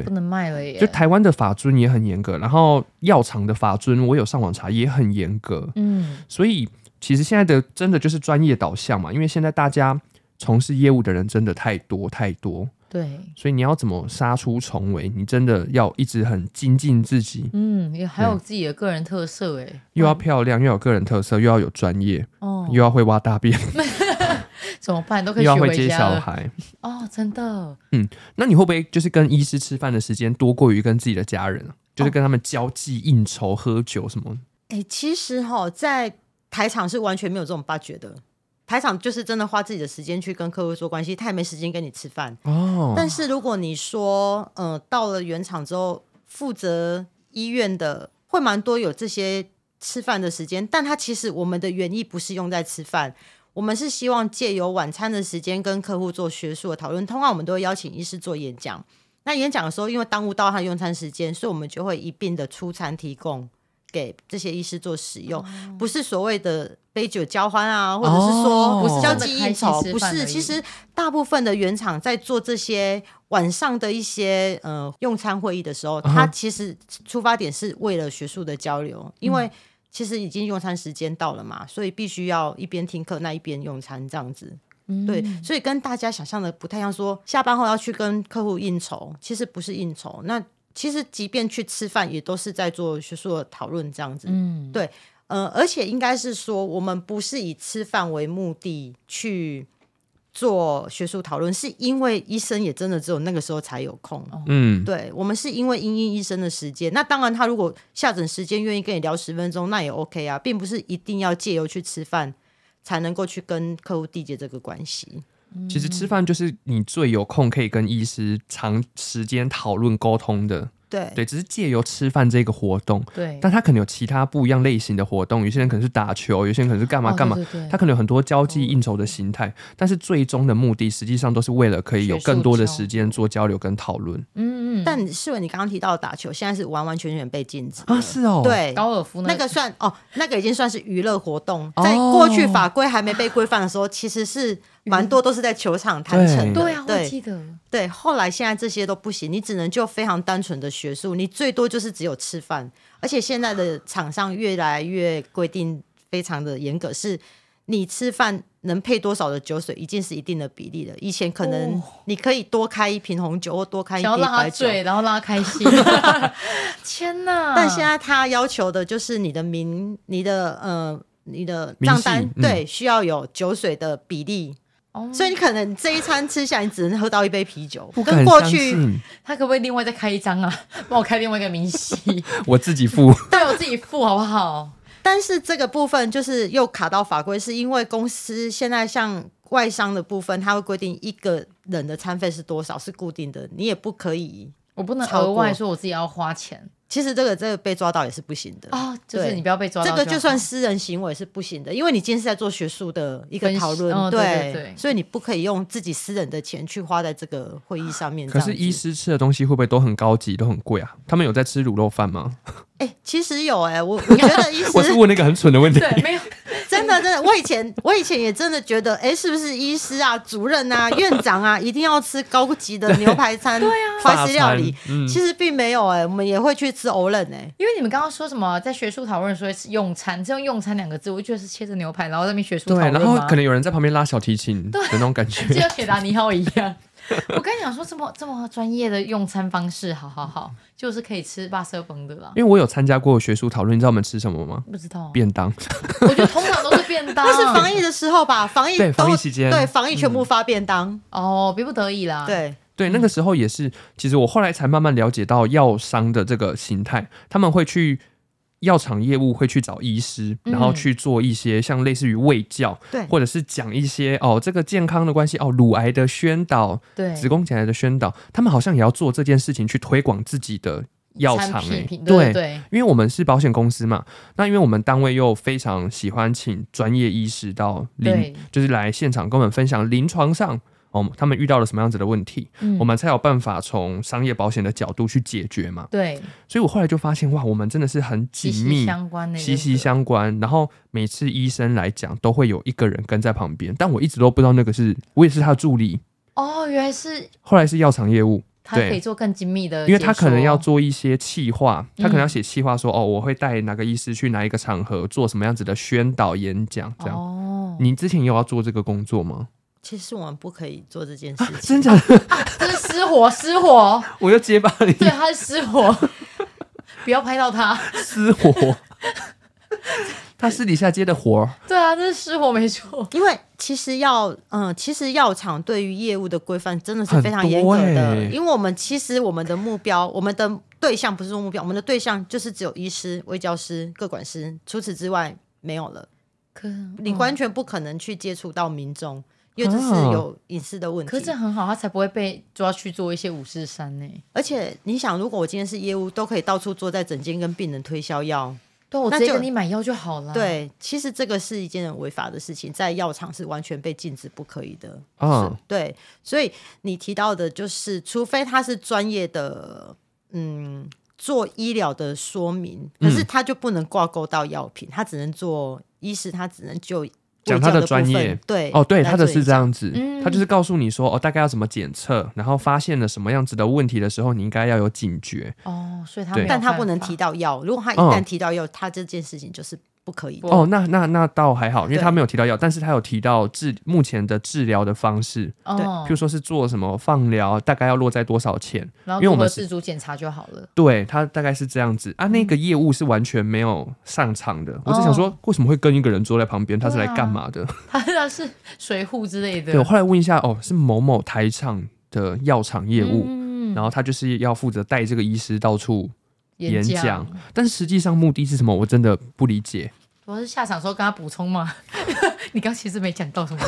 C: 不能卖了耶，
B: 就台湾的法尊也很严格，然后药厂的法尊我有上网查也很严格，
C: 嗯
B: 所以其实现在的真的就是专业导向嘛，因为现在大家从事业务的人真的太多太多，
C: 对。
B: 所以你要怎么杀出重围，你真的要一直很精进自己，
C: 嗯，也还有自己的个人特色哎，
B: 又要漂亮，又有个人特色，又要有专业，
C: 哦，
B: 又要会挖大便，
C: 怎么办？都可
B: 又
C: 以
B: 要
C: 学
B: 会
C: 回
B: 接
C: 家
B: 小
C: 了
B: 孩。
C: 哦，真的，
B: 那你会不会就是跟医师吃饭的时间多过于跟自己的家
C: 哦
B: 人啊？就是跟他们交际、应酬、喝酒什么？
A: 哎、其实哈，在台场是完全没有这种八觉的，台场就是真的花自己的时间去跟客户做关系，他也没时间跟你吃饭。
B: 哦，
A: 但是如果你说，呃，到了原厂之后，负责医院的会蛮多有这些吃饭的时间，但他其实我们的原意不是用在吃饭。我们是希望借由晚餐的时间跟客户做学术的讨论。通常我们都会邀请医师做演讲。那演讲的时候，因为耽误到他的用餐时间，所以我们就会一并的出餐提供给这些医师做使
C: 哦
A: 用，不是所谓的杯酒交欢啊，或者是说
B: 哦不是
A: 交
C: 真的
A: 际
C: 哦开
A: 应
C: 心
A: 酬，
C: 吃
A: 不
C: 饭而
A: 是。
C: 已
A: 其实大部分的原厂在做这些晚上的一些呃用餐会议的时候，
B: 嗯哼
A: 它其实出发点是为了学术的交流，因
B: 嗯
A: 为其实已经用餐时间到了嘛，所以必须要一边听课那一边用餐这样子。
C: 嗯
A: 对，所以跟大家想象的不太一样。说下班后要去跟客户应酬，其实不是应酬。那其实即便去吃饭，也都是在做学术的讨论这样子。
C: 嗯，
A: 呃，而且应该是说，我们不是以吃饭为目的去做学术讨论，是因为医生也真的只有那个时候才有空。
C: 哦
B: 嗯，
A: 对我们是因为因应医生的时间，那当然他如果下诊时间愿意跟你聊十分钟，那也 OK 啊，并不是一定要借由去吃饭才能够去跟客户缔结这个关系。
B: 其实吃饭就是你最有空可以跟医师长时间讨论沟通的，
A: 对
B: 对，只是借由吃饭这个活动，
C: 对，
B: 但他可能有其他不一样类型的活动，有些人可能是打球，有些人可能是干嘛
C: 哦
B: 干嘛，
C: 对对对
B: 他可能有很多交际应酬的形态，但是最终的目的实际上都是为了可以有更多的时间做交流跟讨论
C: 嗯嗯，
A: 但世伟，你刚刚提到的打球，现在是完完全全被禁止
B: 啊，
A: 了
B: 是哦，，
A: 对，
C: 高尔夫
A: 那个算哦，那个已经算是娱乐活动，在过去法规还没被规范的时候，其实是蛮多都是在球场谈成的。
C: 对啊，我记
A: 对
C: 得，
A: 对，后来现在这些都不行，你只能就非常单纯的学术，你最多就是只有吃饭。而且现在的厂商越来越规定非常的严格，是你吃饭能配多少的酒水，已经是一定的比例了。以前可能
C: 哦
A: 你可以多开一瓶红酒或多开一
C: 想要
A: 滴
C: 让他
A: 白酒，
C: 醉，然后让他开 心。天
B: 嗯
C: 哪！
A: 但现在他要求的就是你的名、你的呃、你的
B: 明
A: 账
B: 细
A: 单，
B: 嗯
A: 对，需要有酒水的比例。
C: 哦
A: 所以你可能这一餐吃下，你只能喝到一杯啤酒，
B: 不
A: 跟
B: 敢
A: 过
B: 相
A: 去
B: 信，
C: 他可不可以另外再开一张啊？ 帮我开另外一个明 细，
B: 我自己付，
C: 但我自己付好不好？
A: 但是这个部分就是又卡到法规，是因为公司现在像外商的部分，它会规定一个人的餐费是多少是固定的，你也不可以。
C: 我不能
A: 超
C: 额
A: 过
C: 外说我自己要花钱
A: 其实这个这个被抓到也是不行的
C: 啊、嗯就是
A: 对
C: 你不要被抓到
A: 这
C: 好。
A: 个就算私人行为是不行的，因为你今天是在做学术的一个
C: 分析
A: 讨论，
C: 哦对对对
A: 所以你不可以用自己私人的钱去花在这个会议上面。
B: 可
A: 这
B: 是
A: 样子
B: 医，师吃的东西会不会都很高级，都很贵啊？他们有在吃卤肉饭吗？
A: 哎、其实有哎、我 我觉得医
B: 我是
A: 师
B: 问那个很蠢的问题，
C: 对，没有
A: 真的真的，我以前我以前也真的觉得，哎、是不是医师啊、主任啊、院长啊，一定要吃高级的牛排餐、对啊
B: 法
A: 怀
B: 餐
A: 石料理？
B: 嗯
A: 其实并没有哎、我们也会去吃欧冷哎，
C: 因为你们刚刚说什么在学术讨论说是用餐，是用用餐两个字，我就觉得是切着牛排，然后在那边学术
B: 对
C: 讨，论
B: 然后
C: 吗
B: 可能有人在旁边拉小提琴的那种感觉，
C: 这就铁达尼号一样。我跟你讲说，这么这么专业的用餐方式，好好好，就是可以吃巴色崩的啦。
B: 因为我有参加过学术讨论，你知道我们吃什么吗？
C: 不知道，
B: 便当，
C: 我觉得通常都是便当，
A: 那是防疫的时候吧？防疫
B: 对
A: 都
B: 防疫期间嗯
A: 对防疫全部发便当，
C: 哦，逼不得已啦。，
A: 对。
B: 对，
C: 嗯
B: 那个时候也是，其实我后来才慢慢了解到药商的这个形态，他们会去药厂业务会去找医师，
C: 嗯
B: 然后去做一些像类似于卫教，
A: 对
B: 或者是讲一些哦这个健康的关系哦乳癌的宣导、
C: 对，
B: 子宫颈癌的宣导，他们好像也要做这件事情去推广自己的药
C: 产
B: 厂
C: 品
B: 哎、
C: 评
B: 对
C: 对对，
B: 因为我们是保险公司嘛，那因为我们单位又非常喜欢请专业医师到临
C: 对，
B: 就是来现场跟我们分享临床上哦，他们遇到了什么样子的问题，
C: 嗯
B: 我们才有办法从商业保险的角度去解决嘛。
C: 对
B: 所以我后来就发现，哇，我们真的是很
C: 息
B: 紧
C: 息
B: 密。
C: 相关的一个，
B: 息息相关，然后每次医生来讲都会有一个人跟在旁边，但我一直都不知道那个是我也是他的助理，
C: 哦，原来是
B: 后来是药厂业务，
C: 他
B: 对
C: 可以做更精密的解
B: 因
C: 说，
B: 为他可能要做一些企划，他可能要
C: 嗯
B: 写企划说、哦，我会带哪个医师去哪一个场合做什么样子的宣导演讲，这样。
C: 哦，
B: 你之前有要做这个工作吗？
A: 其实我们不可以做这件事情，
B: 啊真假的？
C: 这是失火，失火，
B: 我又结巴了
C: 对，
B: 一
C: 他是失火，不要拍到他，
B: 丝活。 他私底下接的活儿，
C: 对啊，这是失火没错，
A: 因为其实药，嗯、其实药厂对于业务的规范真的是非常
B: 很
A: 严
B: 多
A: 格的，
B: 欸
A: 因为我们其实我们的目标，我们的对象不是说目标，我们的对象就是只有医师、卫教师、各管师，除此之外没有了，
C: 可
A: 你
C: 关。
A: 完全不可能去接触到民众，因为这是
B: 啊
A: 有隐私的问
C: 可是
A: 题
C: 这。很好，他才不会被抓去做一些五四三呢。
A: 而且你想，如果我今天是业务，都可以到处坐在诊间跟病人推销药，
C: 对，啊我
A: 那
C: 直接
A: 就
C: 给你买药就好了。，
A: 对，其实这个是一件很违法的事情，在药厂是完全被禁止不可以的。
B: 嗯
A: 是，对，所以你提到的就是，除非他是专业的，嗯，做医疗的说明，可
B: 嗯
A: 是他就不能挂钩到药品，他只能做医师，他只能就
B: 讲
A: 卫
B: 他
A: 教
B: 的
A: 部
B: 专
A: 分
B: 业
A: 对，
B: 哦，对，
A: 来
B: 他的
A: 做
B: 是
A: 影
B: 这
A: 响，
B: 样子，
C: 嗯
B: 他就是告诉你说，哦，大概要怎么检测，然后发现了什么样子的问题的时候，你应该要有警觉。
C: 哦，所以他
B: 对
C: 没有
A: 但他不
C: 办
A: 能
C: 法
A: 提到药，如果他一
B: 嗯
A: 旦提到药，他这件事情就是不可以的。
B: 哦，那那那倒还好，因为
A: 对
B: 他没有提到药，但是他有提到治目前的治疗的方式，
C: 哦
B: 譬如，说是做什么放疗，大概要落在多少钱？
C: 然后
B: 因为我
C: 如
B: 们
C: 何
B: 是
C: 自主检查就好了。
B: 对他大概是这样子啊。那个业务是完全没有上场的，我只想说，为什么会跟一个人坐在旁边？他是来干嘛的？
C: 他他是水户之类的
B: 对我，后来问一下，哦，是某某台厂的药厂业务，
C: 嗯
B: 然后他就是要负责带这个医师到处演
C: 演
B: 讲，但是实际上目的是什么？我真的不理解。
C: 我是下场的时候跟他补充嘛。 你刚其实没讲到什么，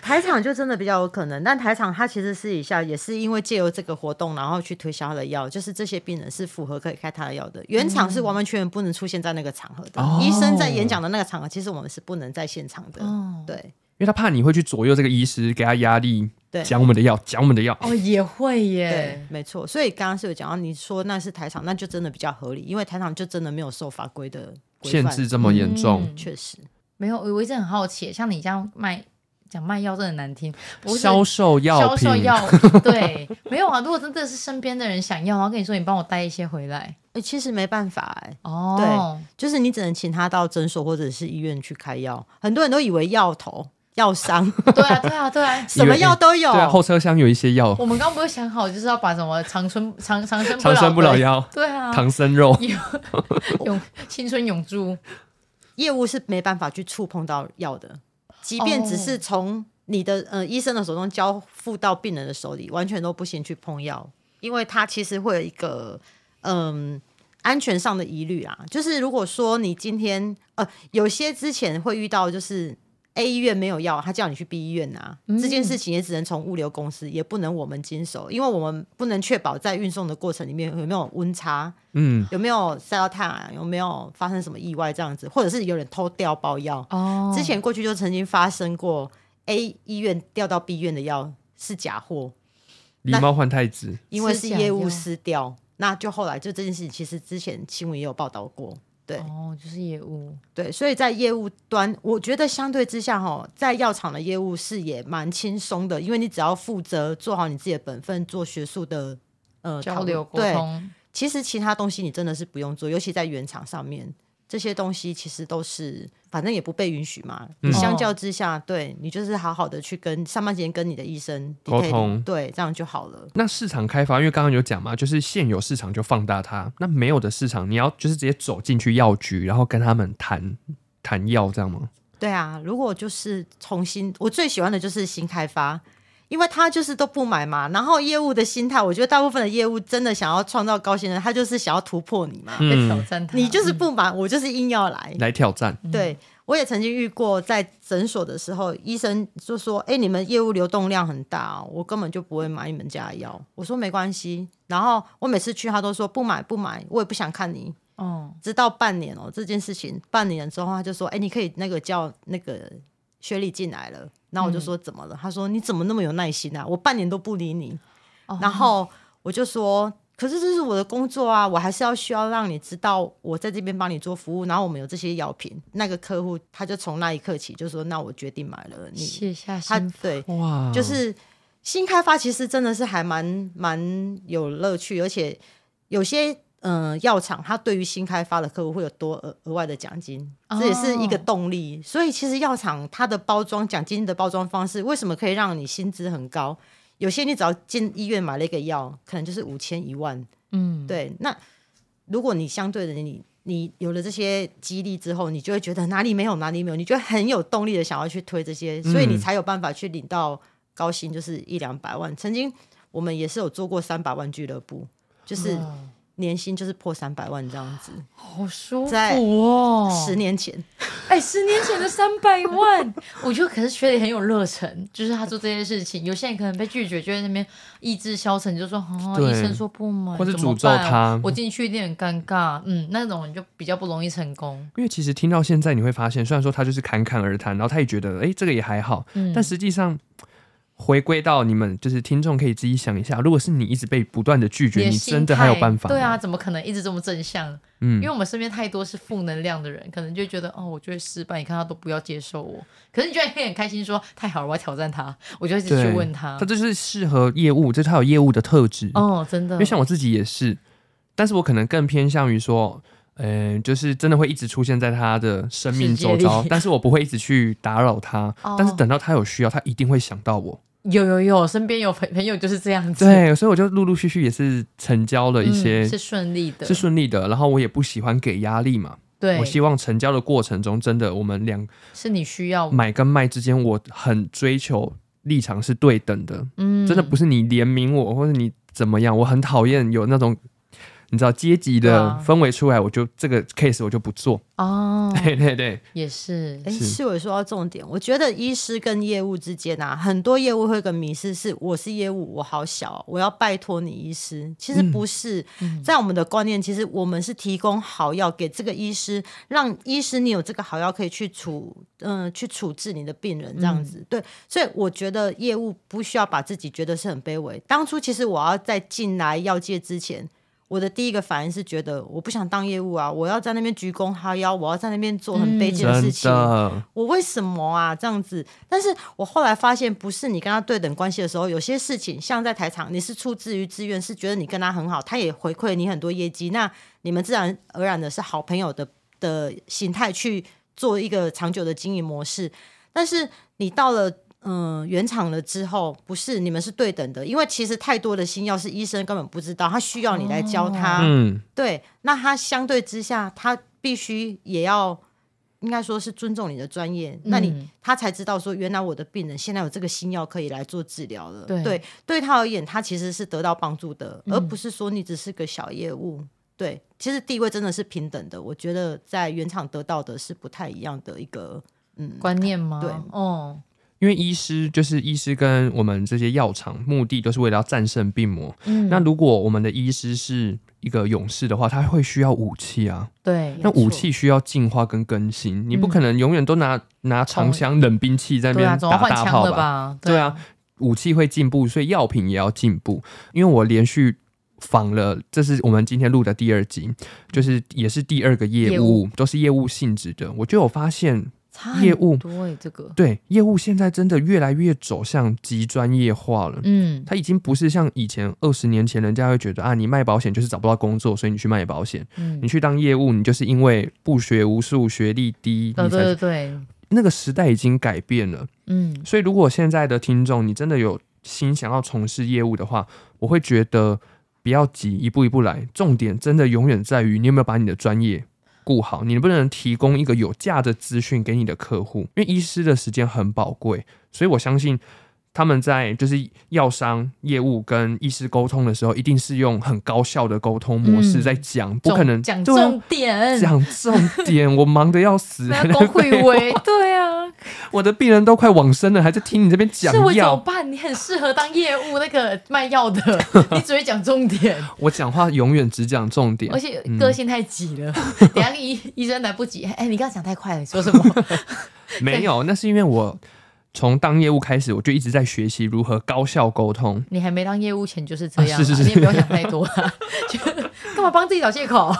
A: 台场就真的比较有可能，但台场他其实私底下也是因为借由这个活动，然后去推销他的药，就是这些病人是符合可以开他的药的。原厂是完完全全不能出现在那个场合的，
B: 哦
A: 医生在演讲的那个场合，其实我们是不能在现场的。
C: 哦
A: 对
B: 因为他怕你会去左右这个医师，给他压力，
A: 对
B: 讲我们的药，讲我们的药。
C: 哦，也会
A: 对
C: 耶，，
A: 没错。所以刚刚是有讲到，你说那是台场，那就真的比较合理，因为台场就真的没有受法规的规
B: 限
A: 范
B: 制。这么严重，
C: 嗯
A: 确实，
C: 没有，我一直很好奇，像你这样卖讲卖药真的很难听，不是
B: 销售药
C: 销
B: 品
C: 售药，对，没有啊。如果真的是身边的人想要，然后跟你说你帮我带一些回来，
A: 哎、其实没办法哎、
C: 哦，
A: 就是你只能请他到诊所或者是医院去开药。很多人都以为药头、药商
C: 对啊，对啊，对 啊。
A: 什么药都有，
B: 对啊，后车厢有一些药，
C: 我们刚刚不是想好就是要把什么长春长长 生
B: 长生不老
C: 对
B: 药、
C: 对啊，
B: 唐僧 肉，
C: 永青春永驻，
A: 业务是没办法去触碰到药的，即便只是从你的呃医生的手中交付到病人的手里，完全都不行去碰药，因为它其实会有一个嗯。安全上的疑虑啊，就是如果说你今天呃，有些之前会遇到，就是 A 医院没有药，他叫你去 B 医院拿、这件事情也只能从物流公司，也不能我们经手，因为我们不能确保在运送的过程里面有没有温差，
B: 嗯，
A: 有没有塞到太阳，有没有发生什么意外这样子，或者是有人偷掉包药。
C: 哦
A: 之前过去就曾经发生过 A 医院调到 B 医院的药是假货，
B: 狸猫换太子，
A: 因为是
C: 是假
A: 业务
C: 药
A: 私调，那就后来就这件事情，其实之前新闻也有报道过。对
C: 哦，就是业务，
A: 对，所以在业务端，我觉得相对之下，哈，在药厂的业务是也蛮轻松的，因为你只要负责做好你自己的本分，做学术的呃讨
C: 交
A: 论
C: 流沟
A: 对
C: 通，
A: 其实其他东西你真的是不用做，尤其在原厂上面，这些东西其实都是反正也不被允许嘛。
B: 嗯
A: 相较之下，对你就是好好的去跟上班时间跟你的医生
B: 沟
A: detailing，
B: 通
A: 对，这样就好了。
B: 那市场开发，因为刚刚有讲嘛，就是现有市场就放大它，那没有的市场，你要就是直接走进去药局，然后跟他们谈谈药，这样吗？
A: 对啊，如果就是重新，我最喜欢的就是新开发。因为他就是都不买嘛，然后业务的心态，我觉得大部分的业务真的想要创造高薪的，他就是想要突破你
B: 嗯
A: 嘛。
C: 被挑战他，
A: 你就是不买，我就是硬要来。
B: 来挑战，
A: 对，我也曾经遇过，在诊所的时候，医生就说：“哎、你们业务流动量很大、哦，我根本就不会买你们家的药。”我说：“没关系，然后我每次去，他都说不买不买，我也不想看你。
C: 哦，
A: 直到半年哦、这件事情半年之后，他就说：“哎、你可以那个叫那个薛丽进来了。”然后我就说：“怎么了？”他说：“你怎么那么有耐心啊？我半年都不理你。
C: 哦
A: 然后我就说：“可是这是我的工作啊，我还是要需要让你知道我在这边帮你做服务。”然后我们有这些药品，那个客户他就从那一刻起就说：“那我决定买了你。
C: 卸下”
A: 他
C: 心，
A: 对，
B: 哇，
A: 就是新开发其实真的是还蛮蛮有乐趣，而且有些嗯药厂它对于新开发的客户会有多额额外的奖金，
C: 哦
A: 这也是一个动力。所以其实药厂它的包装奖金的包装方式，为什么可以让你薪资很高？有些你只要进医院买了一个药，可能就是五千一万，
C: 嗯，
A: 对，那如果你相对的你你有了这些激励之后，你就会觉得哪里没有哪里没有，你就会很有动力的想要去推这些，所以你
B: 嗯
A: 才有办法去领到高薪，就是一两百万。曾经我们也是有做过三百万俱乐部，就是
C: 哦
A: 年薪就是破三百万这样子，
C: 好舒
A: 在
C: 服哦，
A: 十年前。
C: 哎，十年前的三百万， 我觉得可是学里很有热忱，就是他做这些事情。有些人可能被拒绝，就在那边意志消沉，就说：“哦，
B: 对
C: 医生说不买，
B: 或者
C: 怎么
B: 诅咒
C: 办
B: 他
C: 我进去一定很尴尬。嗯，那种人就比较不容易成功。
B: 因为其实听到现在，你会发现，虽然说他就是侃侃而谈，然后他也觉得，哎、这个也还好，
C: 嗯，
B: 但实际上。回归到你们就是听众，可以自己想一下，如果是你一直被不断的拒
C: 你
B: 绝，
C: 的
B: 你
C: 心
B: 真的还有
C: 态
B: 办法？
C: 对啊，，怎么可能一直这么正向？
B: 嗯
C: 因为，我们身边太多是负能量的人，可能就觉得哦，我就会失败，你看他都不要接受我。可是你就会很开心说，太好了，我要挑战他，我就一直去
B: 对
C: 问他
B: 他。这就是适合业务，这是他有业务的特质。
C: 哦，真的，
B: 因为像我自己也是，但是我可能更偏向于说，嗯、就是真的会一直出现在他的生命周
C: 世界
B: 遭
C: 里，
B: 但是我不会一直去打扰他。
C: 哦
B: 但是等到他有需要，他一定会想到我。
C: 有有有，身边有朋朋友就是这样子。
B: 对，所以我就陆陆续续也是成交了一些，
C: 嗯、是顺利的，
B: 是顺利的。然后我也不喜欢给压力嘛，
C: 对，
B: 我希望成交的过程中，真的我们两
C: 是你需要，
B: 买跟卖之间，我很追求立场是对等的，
C: 嗯，
B: 真的不是你怜悯我或者你怎么样，我很讨厌有那种。你知道阶级
C: 对
B: 的
C: 啊
B: 氛围出来，我就这个 case 我就不 做。
C: 哦，
B: 对对对，
C: 也是
A: 哎，
B: 是
A: 是我说到重点，我觉得医师跟业务之间啊，很多业务会有个迷失是，我是业务，我好小，我要拜托你医师。其实不是，在我们的观念，其实我们是提供好药给这个医师，让医师你有这个好药可以去处，嗯、去处置你的病人这样子。对，所以我觉得业务不需要把自己觉得是很卑微。当初其实我要在进来药界之前，我的第一个反应是觉得我不想当业务啊，我要在那边鞠躬哈腰，我要在那边做很卑贱的事
B: 真
A: 情，
B: 的，
A: 我为什么啊这样子？但是我后来发现，不是你跟他对等关系的时候，有些事情像在台场，你是出自于自愿，是觉得你跟他很好，他也回馈你很多业绩，那你们自然而然的是好朋友的的形态去做一个长久的经营模式。但是你到了嗯、呃原厂了之后，不是你们是对等的，因为其实太多的新药是医生根本不知道，他需要你来教他。
B: 嗯，
A: 对，那他相对之下，他必须也要应该说是尊重你的专业，那你
C: 嗯
A: 他才知道说，原来我的病人现在有这个新药可以来做治疗了。
C: 对
A: 对，对他而言，他其实是得到帮助的，而
C: 嗯
A: 不是说你只是个小业务。对，其实地位真的是平等的，我觉得在原厂得到的是不太一样的一个嗯
C: 观念吗？
A: 对
C: 哦，
B: 因为医师就是医师跟我们这些药厂目的都是为了要战胜病魔。
C: 嗯，
B: 那如果我们的医师是一个勇士的话，他会需要武器啊。
C: 对，
B: 那
A: 没错
B: 武器需要进化跟更新，你不可能永远都拿拿长枪冷兵器在那
C: 嗯对啊，
B: 边
C: 总要
B: 打
C: 换
B: 大
C: 枪
B: 炮
C: 了？吧？
B: 对啊，武器会进步，所以药品也要进步。因为我连续访了，这是我们今天录的第二集，就是也是第二个业
C: 嗯业
B: 务
C: 务，
B: 都是业务性质的。我就有发现，
C: 差很
B: 业务
C: 多哎，这个，
B: 对业务现在真的越来越走向极专业化了。
C: 嗯，
B: 它已经不是像以前二十年前，人家会觉得啊，你卖保险就是找不到工作，所以你去卖保险。
C: 嗯
B: 你去当业务，你就是因为不学无术、学历低，
C: 哦，
B: 你
C: 对对
B: 才
C: 对，
B: 那个时代已经改变了。
C: 嗯，
B: 所以，如果现在的听众你真的有心想要从事业务的话，我会觉得不要急，一步一步来。重点真的永远在于你有没有把你的专业顾好，你能不能提供一个有价的资讯给你的客户？因为医师的时间很宝贵，所以我相信他们在就是药商业务跟医师沟通的时候，一定是用很高效的沟通模式
C: 嗯
B: 在讲，不可能
C: 讲
B: 对啊
C: 重点，啊
B: 讲重点，我忙得要 死，
C: 那工会委，对啊，
B: 我的病人都快往生了，还在听你这边 讲
C: 是我怎么
B: 药。
C: 办？你很适合当业务那个卖药 的，你只会讲重点，
B: 我讲话永远只讲重点
C: 而，且个性太急 了，等一下医医生来不及。哎，你刚刚讲太快了，你说什么？
B: 没有，那是因为我从当业务开始，我就一直在学习如何高效沟通。
C: 你还没当业务前就是这样啊，
B: 啊是是是
C: 你也不要想太多 啊，就干嘛帮自己找借口？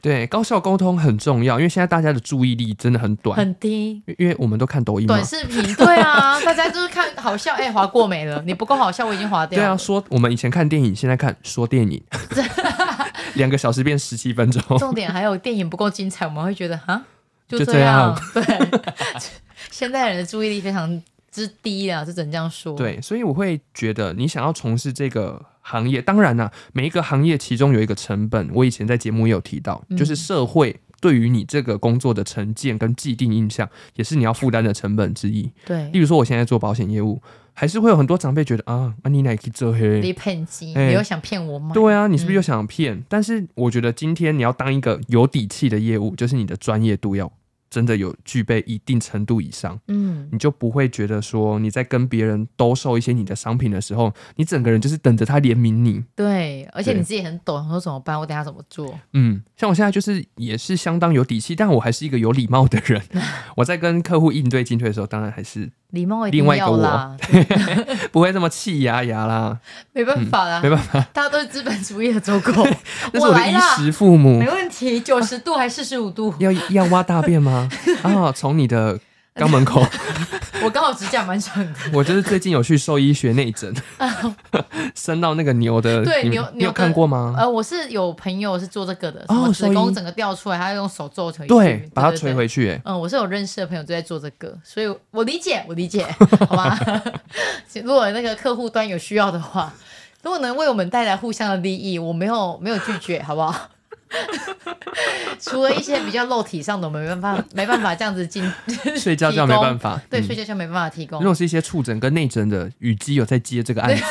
B: 对，高效沟通很重要，因为现在大家的注意力真的很短，
C: 很低。
B: 因因为我们都看抖音嘛
C: 短。视频，对啊，大家就是看好笑，哎、划过没了，你不够好笑，我已经划掉
B: 对
C: 了。
B: 啊，说我们以前看电影，现在看说电 影，两个小时变十七分钟。
C: 重点还有电影不够精彩，我们会觉得哈，就
B: 就
C: 这
B: 这样
C: 对，现代人的注意力非常之低啊，就只能这样说。，
B: 对，所以我会觉得你想要从事这个行业，当然啦、每一个行业其中有一个成本，我以前在节目也有提到，就是社会对于你这个工作的成见跟既定印象，也是你要负担的成本之一。例
C: 对，
B: 如说，我现在做保险业务，还是会有很多长辈觉得啊，啊你哪去做
C: 你
B: 黑？
C: 骗机，
B: 哎
C: 你又想骗我吗？
B: 对啊，你是不是又想骗？但是我觉得今天你要当一个有底气的业务，就是你的专业度要真的有具备一定程度以上。
C: 嗯，
B: 你就不会觉得说你在跟别人兜售一些你的商品的时候，你整个人就是等着他怜悯你。
C: 对，而且你
B: 对
C: 自己很懂，我说怎么办？我等一下怎么做？
B: 嗯，像我现在就是也是相当有底气，但我还是一个有礼貌的人。我在跟客户应对进退的时候，当然还是
C: 礼貌一定
B: 另外一个
C: 要
B: 我
C: 啦，
B: 不会这么气牙牙啦。
C: 没办法啦，
B: 嗯没办
C: 法，大家都是资本主义的走狗，
B: 那是
C: 我
B: 我的
C: 来
B: 衣
C: 啦，
B: 食啊父母
C: 没。问题，九十度还四十五度，
B: 要要挖大便 吗？啊，从你的肛门口，
C: 我刚好指甲蛮长的。
B: 我就是最近有去兽医学内 诊，伸到那个牛的，
C: 对
B: 你
C: 牛
B: 你有
C: 牛的
B: 看过吗？
C: 呃，我是有朋友是做这个的，
B: 哦
C: 什么子
B: 所
C: 宫
B: 以
C: 整个掉出来，他要用手皱回去，
B: 对，把它
C: 对
B: 垂。回去、欸。
C: 嗯，我是有认识的朋友就在做这个，所以我理解，我理解，好吧。 如果那个客户端有需要的话，如果能为我们带来互相的利益，我没有没有拒绝，好不好？ 除了一些比较肉体上的，我们没办法没办法这样子进
B: 睡觉觉
C: 提
B: 没
C: 供
B: 办法，
C: 对，
B: 嗯
C: 睡觉就没办法提供
B: 如。果是一些触诊跟内诊的，雨姬有在接这个案子，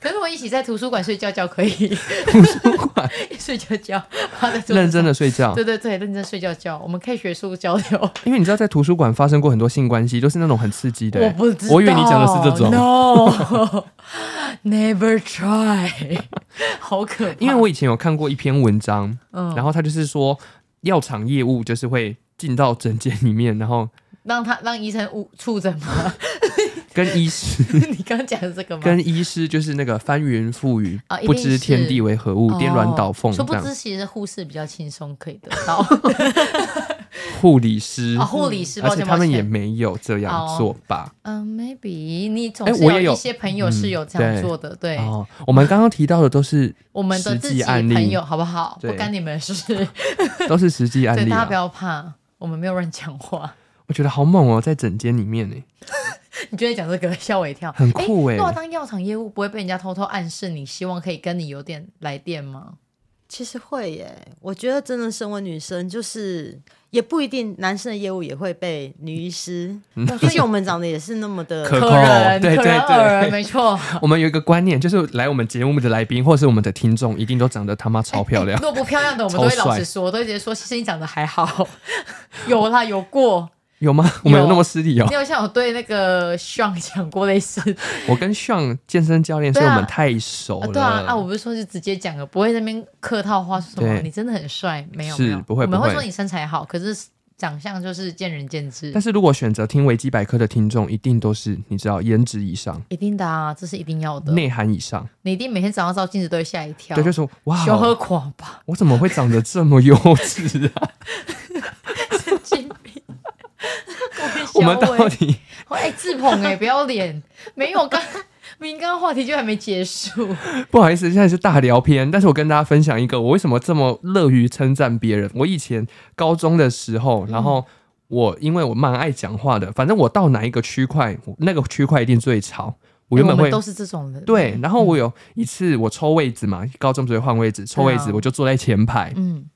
C: 可是我一起在图书馆睡觉觉可以，
B: 图书馆
C: 睡觉觉，趴在桌子
B: 认真
C: 上
B: 的睡觉
C: 对，对对，认真睡觉觉，我们可以学术交流。
B: 因为你知道在图书馆发生过很多性关系，都是那种很刺激的、
C: 我不知道，
B: 以为你讲的是这种。
C: ，No，never try，好 可怕。
B: 因为我以前有看过一篇文章，
C: 嗯
B: 然后他就是说药厂业务就是会进到诊间里面，然后
C: 让他让医生误触诊 吗？
B: 跟医 师
C: 你刚刚讲的这个吗？
B: 跟医师就是那个翻云覆雨，
C: 啊一定
B: 不知天
C: 是
B: 地为何物，颠鸾倒凤
C: 说
B: 这
C: 哦不
B: 样
C: 知。其实护士比较轻松可以得到
B: 护理师
C: 啊，，护理师，抱
B: 而且
C: 歉
B: 他
C: 抱
B: 们也
C: 歉。
B: 没有这
C: 哦
B: 样做吧？
C: 嗯，maybe 你总
B: 哎
C: 是
B: 我也
C: 一
B: 有
C: 些朋友是
B: 嗯
C: 有这样
B: 对
C: 做的，对，
B: 哦，我们刚刚提到的都是
C: 我们的自
B: 实际
C: 己
B: 案例
C: 朋友好不好？不
B: 对
C: 干你们的事。
B: 都是实际案
C: 对，
B: 例、
C: 大家不
B: 啊。
C: 要怕，我们没有乱讲话。
B: 我觉得好猛哦，在整间里面呢，
C: 你觉得讲这个吓我一跳，
B: 很酷
C: 诶
B: 哎、
C: 那我当药厂业务不会被人家偷偷暗示你希望可以跟你有点来电吗？
A: 其实会耶，我觉得真的身为女生，就是也不一定，男生的业务也会被女医师，
C: 嗯
A: 毕竟我们长得也是那么的
B: 可口
C: 人，
B: 对
C: 可人
B: 对对
C: 耳人，没 错。
B: 我们有一个观念，就是来我们节目的来宾或是我们的听众，一定都长得他妈超漂亮
C: 哎如。果不漂亮的，我们都会老实说，都会直接说其实你长得还好。 有啦，有 过。
B: 有吗？我们有那么失礼哦
C: 你。好像有对啊那个 Sean 讲过 类似，
B: 我跟 Sean 健身教练，所以
C: 对啊
B: 我们太熟
C: 啊
B: 了。
C: 对啊，啊，我不是说是直接讲的，不会在那边客套话说什么
B: 对
C: 你真的很帅，没有
B: 是
C: 没有，
B: 不会
C: 我们
B: 不
C: 会
B: 会
C: 说你身材好，可是长相就是见仁见智
B: 但，是如果选择听维基百科的听众，一定都是你知道颜值以上、
C: 一定的啊，这是一定要的。
B: 内涵以上，
C: 你一定每天早上照镜子都会吓一跳，
B: 对，就哦说哇，
C: 小喝狂吧，
B: 我怎么会长得这么幼稚啊？
C: 神经病。
B: 我们
C: 各位小
B: 到
C: 伟
B: 底
C: 哎，志鹏哎，不要脸，没有刚明刚话题就还没结束，
B: 不好意思，现在是大聊篇，但是我跟大家分享一个我为什么这么乐于称赞别人。我以前高中的时候，然后我因为我蛮爱讲话的，反正我到哪一个区块，我那个区块一定最吵。我原本
C: 哎
B: 会、
C: 们都是这种人，，
B: 对，然后我有一次我抽位置嘛，高中不是会换位置，抽位
C: 对
B: 置
C: 啊
B: 我就坐在前排，
C: 嗯，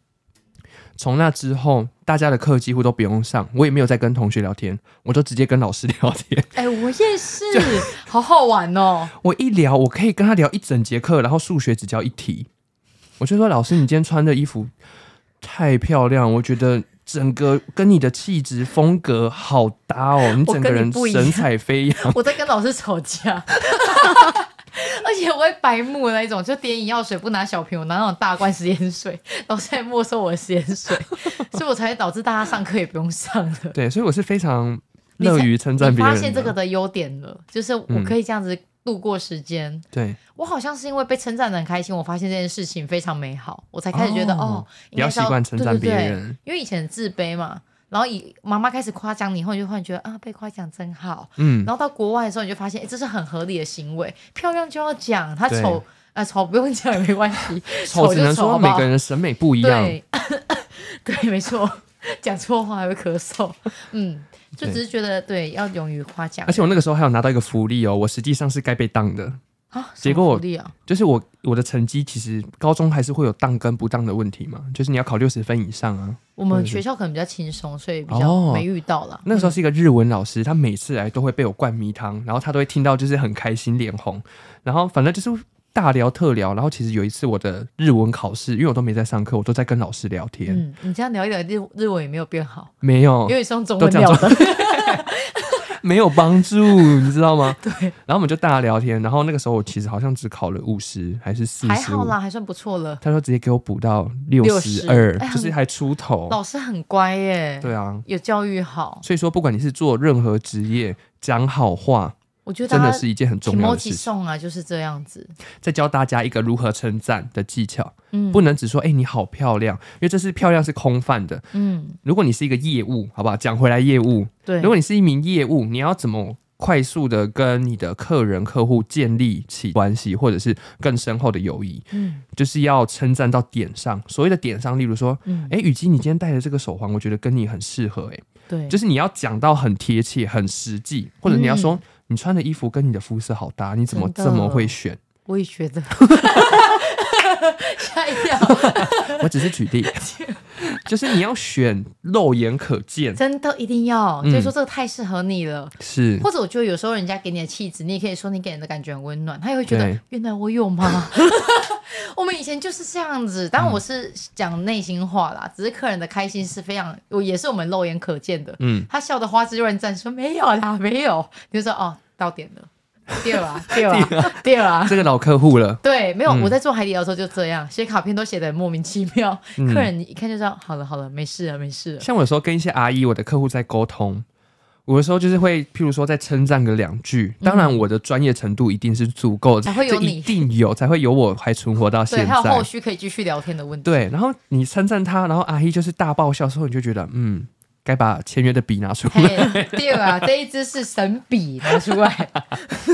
B: 从那之后，大家的课几乎都不用上，我也没有再跟同学聊天，我就直接跟老师聊天。
C: 哎、我也是，好好玩哦。
B: 我一聊，我可以跟他聊一整节课，然后数学只教一题。我就说：“老师，你今天穿的衣服太漂亮，我觉得整个跟你的气质风格好搭哦，你整个
C: 我跟
B: 人
C: 你不一样
B: 神采飞扬。”
C: 我在跟老师吵架， 而且我会白目的那一种，就点饮料水不拿小瓶，我拿那种大罐食盐水，老师还没收我的食盐水， 所以我才会导致大家上课也不用上了。
B: 对，所以我是非常
C: 你
B: 乐
C: 才
B: 于称赞
C: 你
B: 别人啊嗯
C: 发
B: 的。
C: 现这个的优点了，就是我可以这样子度过时间。
B: 对，
C: 我好像是因为被称赞的很开心，我发现这件事情非常美好，我才开始觉得
B: 哦
C: 哦，应
B: 不要
C: 该是
B: 习惯称赞别
C: 对对对
B: 人。
C: 因为以前自卑嘛，然后以妈妈开始夸奖你以后，你就忽然觉得啊，被夸奖真好。
B: 嗯，
C: 然后到国外的时候，你就发现，哎、这是很合理的行为，漂亮就要讲，她
B: 对，
C: 丑啊丑不用讲也没关系 丑
B: 只
C: 就
B: 能
C: 丑，
B: 说
C: 好不
B: 每
C: 好
B: 个？人的审美不一样。
C: 对， 对，没错，讲错话还会咳嗽，嗯，就只是觉得对，要勇于夸奖
B: 而且我那个时候还有拿到一个福利哦，我实际上是该被当的，
C: 啊，什
B: 结
C: 么
B: 果我
C: 福利啊，
B: 就是我我的成绩其实高中还是会有当跟不当的问题嘛，就是你要考六十分以上啊。
C: 我们学校可能比较轻松，所以比
B: 哦
C: 较没遇到啦。
B: 那时候是一个日文老师，他每次来都会被我灌迷汤，然后他都会听到就是很开心脸红，然后反正就是大聊特聊。然后其实有一次我的日文考试，因为我都没在上课，我都在跟老师聊天，
C: 嗯，你这样聊一聊日日文也没有变好，
B: 没有
C: 因为是用中
B: 哦都
C: 文
B: 讲
C: 聊
B: 中
C: 的。
B: 没有帮助，你知道吗？
C: 对，
B: 然后我们就大聊天，然后那个时候我其实好像只考了五十还嗯是四
C: 还
B: 十
C: 好
B: 五，
C: 啦，还算不错了。
B: 他说直接给我补到六十二
C: 62，哎
B: 就是还出头。
C: 老师很乖耶，
B: 哦对啊，
C: 有教育好，
B: 所以说不管你是做任何职业，讲好话
C: 我觉得
B: 真
C: 他
B: 的是一件很重要的事情。
C: emoji 送啊就是这样子。
B: 再教大家一个如何称赞的技巧，
C: 嗯，
B: 不能只说哎、你好漂亮，因为这是漂亮是空泛的。
C: 嗯，
B: 如果你是一个业务，好不好？讲回来业务，
C: 对。
B: 如果你是一名业务，你要怎么快速的跟你的客人、客户建立起关系，或者是更深厚的友谊？
C: 嗯
B: 就是要称赞到点上。所谓的点上，例如说，
C: 嗯，
B: 诶，雨姬，你今天戴的这个手环，我觉得跟你很适合、诶，
C: 对，
B: 就是你要讲到很贴切、很实际，或者你要说、你穿的衣服跟你的肤色好搭，你怎么
C: 嗯真
B: 这
C: 的
B: 么会选？
C: 我也 觉得。吓一跳，
B: 我只是举 例，就是你要选肉眼可见，
C: 真的一定要，
B: 嗯
C: 就是说这个太适合你了。
B: 是
C: 或者我觉得有时候人家给你的气质，你也可以说你给人的感觉很温暖，他也会觉
B: 对
C: 得原来我有吗？ 我们以前就是这样子，当然我是讲内心话啦，只是客人的开心是非常，我也是我们肉眼可见的。
B: 嗯，
C: 他笑得花枝乱颤，说没有啦，没有，你就说哦，到点 了，啊对啦，对啦，对啦。
B: 这个老客户了。
C: 啊对，没有，
B: 啊嗯
C: 我在做海底捞的时候就这样，写卡片都写的莫名其妙，
B: 嗯
C: 客人一看就知道，好了好了，没事了没事了，
B: 像我有时候跟一些阿姨、我的客户在沟通，我有时候就是会，譬如说再称赞个两句。当然，我的专业程度一定是足够的，
C: 嗯才会有
B: 这
C: 你
B: 一定有，才会有我还存活到
C: 对，
B: 现
C: 还有后
B: 在。
C: 续可以继续聊天的问题，
B: 对，然后你称赞他，然后阿姨就是大爆笑的时候，你就觉得嗯，该把签约的笔拿出来，
C: 嘿， 对啊，这一支是神笔拿出来，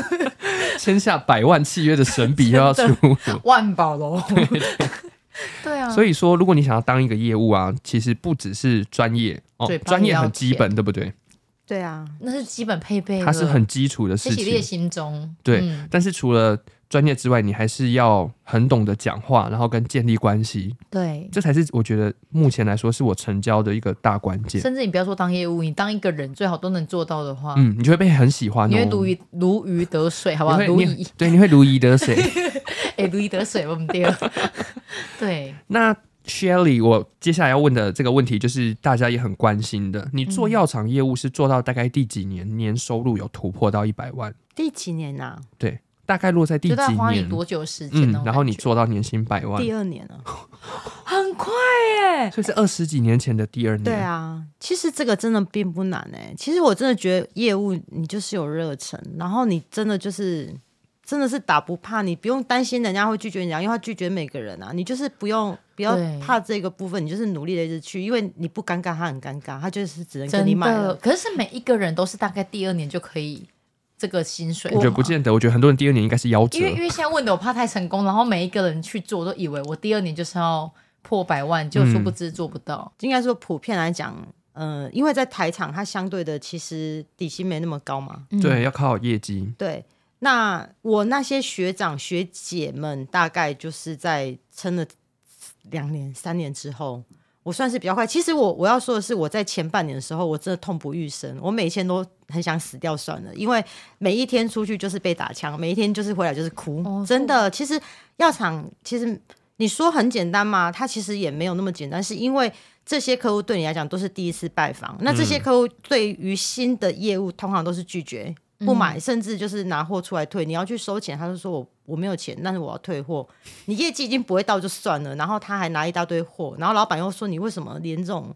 B: 签下百万契约的神笔又要出。
C: 万 宝龙。对啊，
B: 所以说，如果你想要当一个业务啊，其实不只是专业哦
C: 嘴，巴
B: 专业
C: 要
B: 很基本，对不对？
A: 对啊，
C: 那是基本配备了，
B: 它是很基础的
C: 在
B: 事
C: 起列
B: 情。
C: 心中。
B: 对
C: 嗯
B: 但是除了专业之外，你还是要很懂得讲话，然后跟建立关系，
C: 对，
B: 这才是我觉得目前来说是我成交的一个大关键。
C: 甚至你不要说当业务，你当一个人最好都能做到的话，
B: 嗯，你就会被很喜欢、哦，
C: 啊你会如鱼如鱼 得水，好不
B: 你
C: 好？
B: 会
C: 如
B: 你
C: 鱼
B: 对，你会如鱼得水。
C: 哎，如鱼得水，我们对了。 对，
B: 那 Shelly，我接下来要问的这个问题就是大家也很关心的，你
C: 嗯
B: 做药厂业务是做到大概第几年，年收入有突破到一百万？
A: 第几年啊呐、
B: 对，大概落在第
C: 就
B: 几
C: 在花你
B: 年？
C: 多久的时间
B: 嗯
C: 呢？，
B: 然后你做到年薪百万，
A: 第二年啊，
C: 很快耶，
B: 所以是二十几年前的第二年。
A: 对，啊，其实这个真的并不难哎、其实我真的觉得业务你就是有热忱，然后你真的就是真的是打不怕，你不用担心人家会拒绝你啊，因为他拒绝每个人啊，你就是不用不要
C: 对
A: 怕这个部分，你就是努力的一直去，因为你不尴尬，他很尴尬，他就是只能跟你
C: 真
A: 买
C: 的。
A: 了。
C: 可是每一个人都是大概第二年就可以这个薪水，
B: 我觉得不见得，我觉得很多人第二年应该是夭折
C: 因。为因为现在问的我怕太成功，然后每一个人去做都以为我第二年就是要破百万，就殊不知做不到。
A: 应该说普遍来讲，呃，因为在台场，它相对的其实底薪没那么高嘛，
C: 嗯
B: 对，要靠业绩。
A: 对，那我那些学长学姐们大概就是在撑了两年、三年之后，我算是比较快。其实我我要说的是，我在前半年的时候，我真的痛不欲生，我每一天都很想死掉算了，因为每一天出去就是被打枪，每一天就是回来就是哭，
C: 哦
A: 真的。其实药厂其实你说很简单嘛，它其实也没有那么简单，是因为。这些客户对你来讲都是第一次拜访，那这
C: 嗯
A: 些客户对于新的业务通常都是拒绝、不买，甚至就是拿货出来退。你要去收钱，他就说我我没有钱，但是我要退货。你业绩已经不会到就算了，然后他还拿一大堆货，然后老板又说你为什么连这种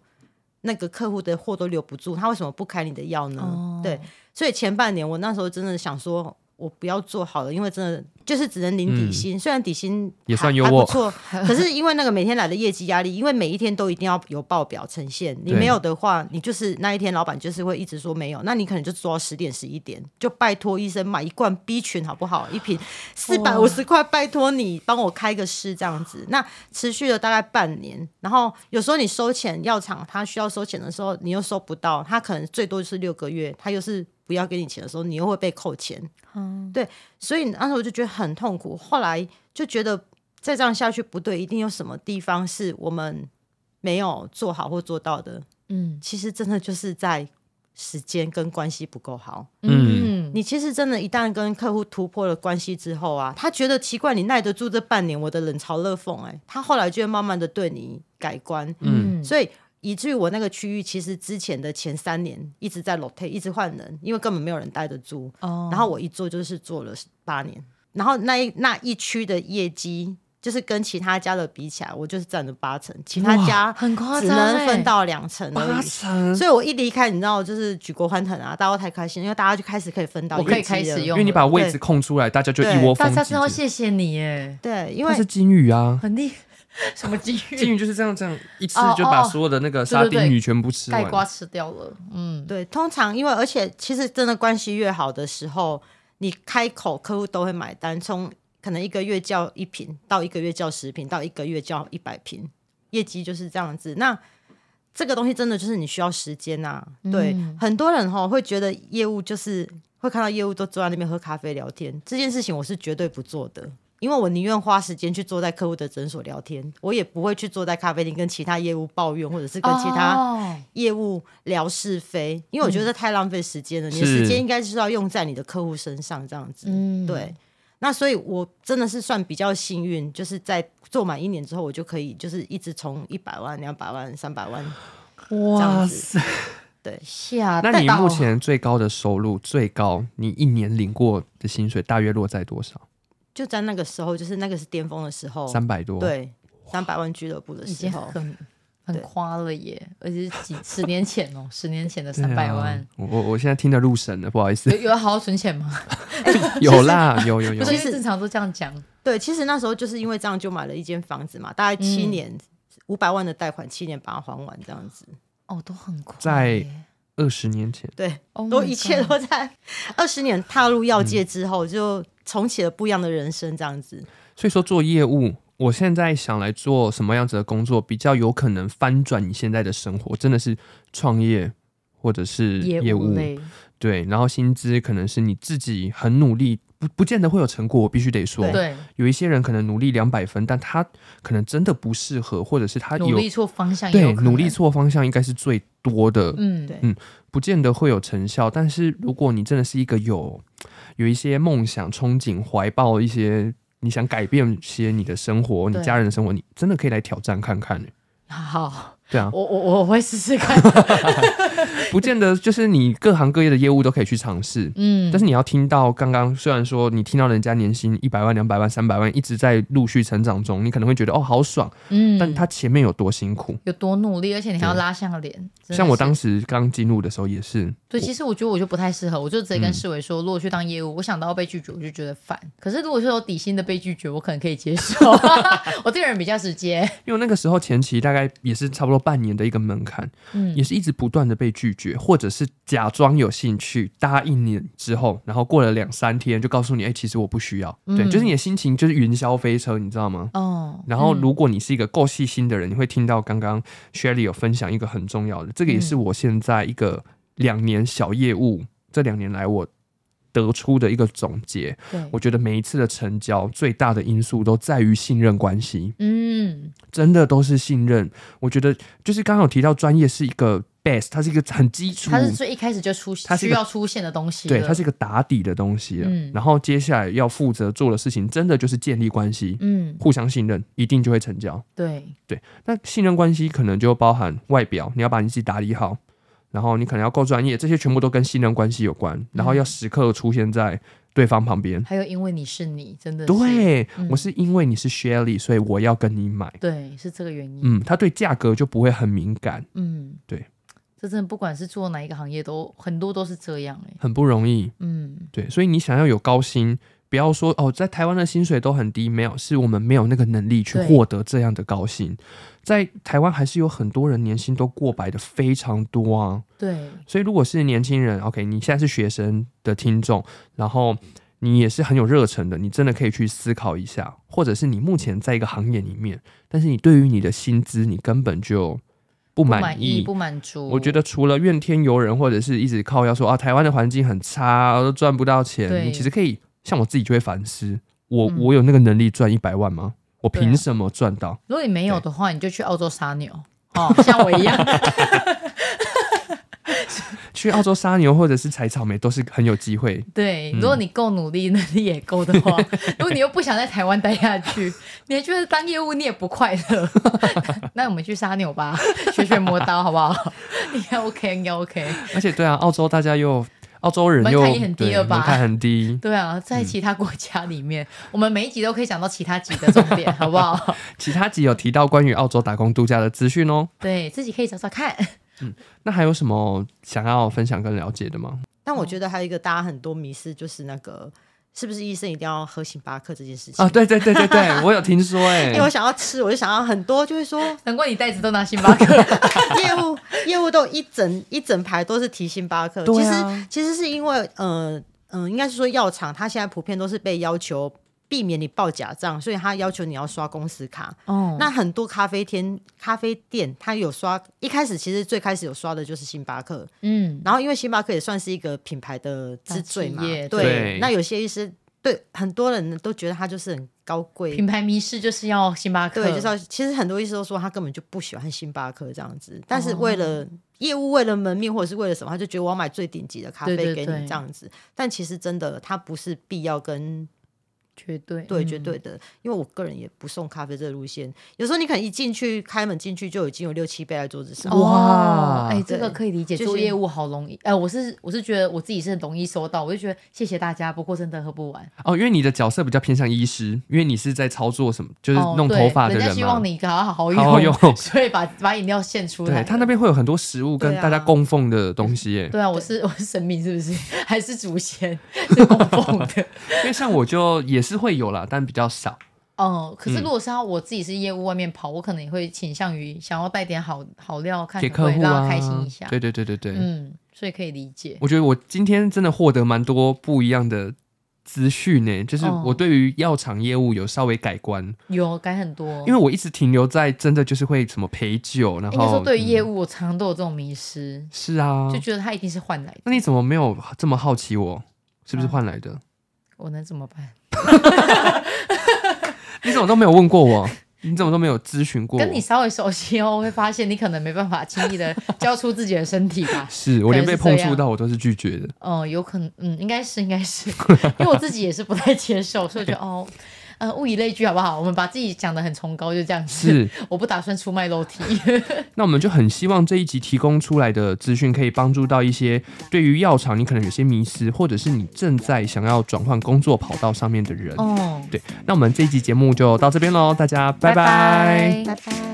A: 那个客户的货都留不住，他为什么不开你的药呢？
C: 哦
A: 对，所以前半年我那时候真的想说。我不要做好了，因为真的就是只能领底薪，虽然底薪
B: 嗯也
A: 还
B: 算优
A: 还
B: 渥
A: 不错，可是因为那个每天来的业绩压力，因为每一天都一定要有报表呈现，你
B: 对
A: 没有的话，你就是那一天老板就是会一直说没有，那你可能就做到十点十一点，就拜托医生买一罐 B 群好不好？一瓶四百五十块，拜托你帮我开个市这样子。那持续了大概半年，然后有时候你收钱，药厂他需要收钱的时候，你又收不到，他可能最多就是六个月，他又是不要给你钱的时候，你又会被扣钱。对，所以那时候我就觉得很痛苦。后来就觉得再这样下去不对，一定有什么地方是我们没有做好或做到的。
C: 嗯
A: 其实真的就是在时间跟关系不够好。
B: 嗯
C: 嗯，
A: 你其实真的，一旦跟客户突破了关系之后啊，他觉得奇怪，你耐得住这半年我的冷嘲热讽，哎，他后来就会慢慢的对你改观，
B: 嗯
A: 所以以至于我那个区域，其实之前的前三年一直在 rotate，一直换人，因为根本没有人待得住，
C: 哦
A: 然后我一做就是做了八年，然后那一那一区的业绩，就是跟其他家的比起来，我就是占了八成，其他家
C: 很夸
A: 只
C: 张欸，
A: 能分到两成而已。
B: 成，
A: 所以我一离开，你知道，就是举国欢腾啊，大家都太开心，因为大家就开始可以分到
C: 我可以
A: 业绩
C: 开始
A: 了
B: 因
C: 用
B: 为你把位置空出来，大家就一窝蜂挤
C: 大
B: 进去。
C: 家真的要谢谢你耶，
A: 对，因
B: 它
A: 为
B: 是金鱼啊，
C: 很厉，什么机遇？
B: 金鱼就是这样这样一次
C: 嗯哦
B: 就把
C: 哦
B: 所有的那个沙丁鱼全部吃
C: 盖瓜
B: 完。
C: 吃掉了，嗯，
A: 对，通常因为而且其实真的关系越好的时候，你开口客户都会买单，从可能一个月叫一瓶到一个月叫十瓶到一个月叫一百瓶，业绩就是这样子。那这个东西真的就是你需要时间呐、
C: 嗯
A: 对，很多人哈会觉得业务就是会看到业务都坐在那边喝咖啡聊天，这件事情我是绝对不做的。因为我宁愿花时间去坐在客户的诊所聊天，我也不会去坐在咖啡厅跟其他业务抱怨，或者是跟其他
C: 哦
A: 业务聊是非，因为我觉得太浪费时间了。你的
B: 嗯是
A: 时间应该是要用在你的客户身上，这样子。
C: 嗯，
A: 对，那所以我真的是算比较幸运，就是在做满一年之后，我就可以就是一直从一百万、两百万、三百万。
B: 哇
A: 样
B: 塞！
C: 吓到，
B: 那你目前最高的收入，最高你一年领过的薪水大约落在多少？
A: 就在那个时候，就是那个是巅峰的时候，
C: 哦
B: 三百多。，
A: 对，三百万俱乐部的
C: 已
A: 时
C: 经
A: 候，
C: 很很
A: 对
C: 夸了耶，而且是几十年前哦，十年前的
B: 啊
C: 三百万，。
B: 我我我现在听得入神了，不好意思
C: 有。有要好好存钱吗？
B: 有啦，有有有
C: 啊不是，。因为正常都这样讲，
A: 对，其实那时候就是因为这样就买了一间房子嘛，大概七
C: 嗯
A: 年，五百、万的贷款，七年把它还完，这样子。
C: 哦，都很快耶，
B: 在二十年前，
A: 对，
C: Oh my
A: 都一切
C: God
A: 都在 二十年踏入药界之后，就重启了不一样的人生，这样子。
B: 所以说做业务，我现在想来做什么样子的工作，比较有可能翻转你现在的生活，真的是创业或者是
C: 业
B: 业
C: 务
B: 务。
C: 类，
B: 对，然后薪资可能是你自己很努力，不不见得会有成果。我必须得说，
C: 对，
B: 有一些人可能努力两百分，但他可能真的不适合，或者是他
C: 努
B: 有
C: 力错方向也有
B: 对
C: 可能，
B: 努力错方向，应该是最多的，
C: 嗯，
A: 对
B: 不见得会有成效。但是如果你真的是一个有有一些梦想、憧憬、怀抱一些你想改变些你的生活、你
A: 对
B: 家人的生活，你真的可以来挑战看看、欸。
C: 好，
B: 对啊，
C: 我我我会试试 看，
B: 不见得就是你各行各业的业务都可以去尝试，
C: 嗯
B: 但是你要听到刚刚，虽然说你听到人家年薪一百万、两百万、三百万一直在陆续成长中，你可能会觉得哦好爽，
C: 嗯，
B: 但他前面有多辛苦。
C: 有多努力，而且你还要
B: 对
C: 拉下脸，真的
B: 像我
C: 是
B: 当时刚进入的时候也是，
C: 对，其实我觉得我就不太适合，我就直接
B: 嗯
C: 跟世伟说，如果去当业务，我想到被拒绝，我就觉得烦。可是如果是有底薪的被拒绝，我可能可以接受。 我这个人比较直 接，
B: 因为那个时候前期大概也是差不多半年的一个门槛，
C: 嗯
B: 也是一直不断的被拒绝，或者是假装有兴趣答应你之后，然后过了两三天就告诉你，哎、其实我不需要，对，就是你的心情就是云霄飞车，你知道吗？
C: 哦，
B: 然后，如果你是一个够细心的人，你会听到刚刚 Shelly 有分享一个很重要的，这个也是我现在一个两年小业务这两年来我得出的一个总结。
C: 对
B: 我，觉得每一次的成交，最大的因素都在于信任关系。
C: 嗯，
B: 真的都是信任。我觉得就是刚刚有提到专业是一个 base，它是一个很基础
C: 它，是最一开始就出
B: 它是一
C: 需
B: 个
C: 要出现的东西了，
B: 对，它是一个打底的东西了。
C: 嗯
B: 然后接下来要负责做的事情，真的就是建立关系，
C: 嗯，
B: 互相信任，一定就会成交。
C: 对，
B: 那信任关系可能就包含外表，你要把你自己打理好，然后你可能要够专业，这些全部都跟信任关系有关。然后要时刻出现在对方旁边。
C: 还有因为你嗯是你，真的是
B: 对、
C: 嗯
B: 我是因为你是 Shelly，所以我要跟你买。
C: 对，是这个原因，
B: 嗯，他对价格就不会很敏感，
C: 嗯，
B: 对，
C: 这真的不管是做哪一个行业都很多都是这样哎、
B: 很不容易。
C: 嗯，
B: 对，所以你想要有高薪，不要说哦，在台湾的薪水都很低，没有，是我们没有那个能力去
C: 对
B: 获得这样的高薪。在台湾还是有很多人年薪都过百的非常多啊。
C: 对，
B: 所以如果是年轻人，OK，你现在是学生的听众，然后你也是很有热忱的，你真的可以去思考一下，或者是你目前在一个行业里面，但是你对于你的薪资你根本就不
C: 不
B: 满
C: 意
B: 意，
C: 不满足，
B: 我觉得除了怨天尤人，或者是一直靠要说啊，台湾的环境很差，都赚不到钱，
C: 对
B: 你其实可以像我自己就会反思，我、
C: 嗯
B: 我有那个能力赚一百万吗？我
C: 对啊
B: 凭什么赚到？
C: 如果你没有的话，你就去澳洲撒牛 哦，像我一样，
B: 去澳洲杀牛或者是采草莓都是很有机会。
C: 对，如果你够努力，能力也够 的话，如果你又不想在台湾待下去，你还觉得当业务你也不快乐， 那我们去杀 牛吧，学学磨刀好不好？ 应该 OK，应该 OK。
B: 而且对啊，澳洲大家又澳洲人又
C: 门槛也很低
B: 对
C: 了吧
B: 门槛很低，
C: 对啊，在其他国家里面，
B: 嗯
C: 我们每一集都可以讲到其他集的重点，好不好？
B: 其他集有提到关于澳洲打工度假的资讯哦。
C: 对自己可以找找看。
B: 那还有什么想要分享跟了解的 吗？
A: 但我觉得还有一个大家很多迷思，就是那个是不是医生一定要喝星巴克这件事情
B: 啊，？对对对对对，我有听说哎、
A: 因为我想要吃，我就想要很多，就会说
C: 难怪你袋子都拿星巴 克。
A: 业务业务都一整一整排都是提星巴克。其
B: 对啊
A: 实其实是因为呃嗯、呃，应该是说药厂它现在普遍都是被要求避免你报假账，所以它要求你要刷公司卡。
C: 哦
A: 那很多咖啡厅、咖啡店，它有刷。一开始其实最开始有刷的就是星巴克，
C: 嗯，
A: 然后因为星巴克也算是一个品牌的之最嘛
C: 大企业，
B: 对
A: 那有些医师对很多人都觉得它就是很高贵
C: 品。牌迷失就是要星巴克，
A: 对，就是要其实很多医师都说他根本就不喜欢星巴克这样子，
C: 哦
A: 但是为了、业务、为了门面或者是为了什么，他就觉得我要买最顶级的咖啡
C: 对对
A: 给你
C: 对
A: 这样子。但其实真的，它不是必要跟
C: 绝对
A: 对，绝
C: 嗯
A: 对的，因为我个人也不送咖啡这个路线。有时候你可能一进去开门进去就已经有六七杯在桌子
C: 哦
A: 上，
B: 哇
C: 哇，嗯哎、这个
A: 对
C: 可以理解，
A: 就是
C: 做业务好容易。哎、我是我是觉得我自己是很容易收到，我就觉得谢谢大家，不过真的喝不完。
B: 哦，因为你的角色比较偏向医师，因为你是在操作什么，就是
C: 哦
B: 弄
C: 对
B: 头发的
C: 人
B: 人
C: 家希
B: 嘛。
C: 望你好好用，
B: 好好用
C: 所以把把饮料献出来
B: 对。他那边会有很多食物跟
A: 对啊
B: 大家供奉的东西耶，
C: 对啊，我是我是神明是不 是？还是祖先 是供奉 的？
B: 因为像我就也是会有啦，但比较少。
C: 哦、可是
B: 嗯
C: 如果是要我自己是业务外面跑，我可能也会倾向于想要带点好好料，看
B: 给
C: 可不
B: 客
C: 可以
B: 户
C: 让他
B: 啊，
C: 开心一下。
B: 对对对对对，
C: 嗯，所以可以理解。
B: 我觉得我今天真的获得蛮多不一样的资讯呢，就是
C: 哦
B: 我对于药厂业务有稍微改观，
C: 有改很多，
B: 因为我一直停留在真的就是会什么陪酒，然
C: 哦应该说
B: 后
C: 对于业
B: 嗯
C: 务，我常常都有这种迷失，
B: 是啊
C: 就，觉得他一定是换来的。
B: 那你怎么没有这么好奇我？是不是
C: 啊
B: 换来的？
C: 我能怎么办？
B: 你怎么都没有问过我？你怎么都没有咨询过我？
C: 跟你稍微熟悉后，会发现你可能没办法轻易的 交出自己的身体 吧。
B: 是我
C: 可
B: 连
C: 能
B: 被
C: 是
B: 碰
C: 这
B: 触
C: 样
B: 到我都是拒绝的。
C: 哦，有可能，嗯，应该是，应 该是，因为我自己也是不太接受，所以我觉得哦，呃，物以类聚，好不好？我们把自己讲的很崇高，就这样子。
B: 是，
C: 我不打算出卖肉 体。
B: 那我们就很希望这一集提供出来的资讯，可以帮助到一些对于药厂你可能有些迷失，或者是你正在想要转换工作跑道上面的人。
C: 哦，
B: 对，那我们这一集节目就到这边喽，大家拜拜
A: 拜拜。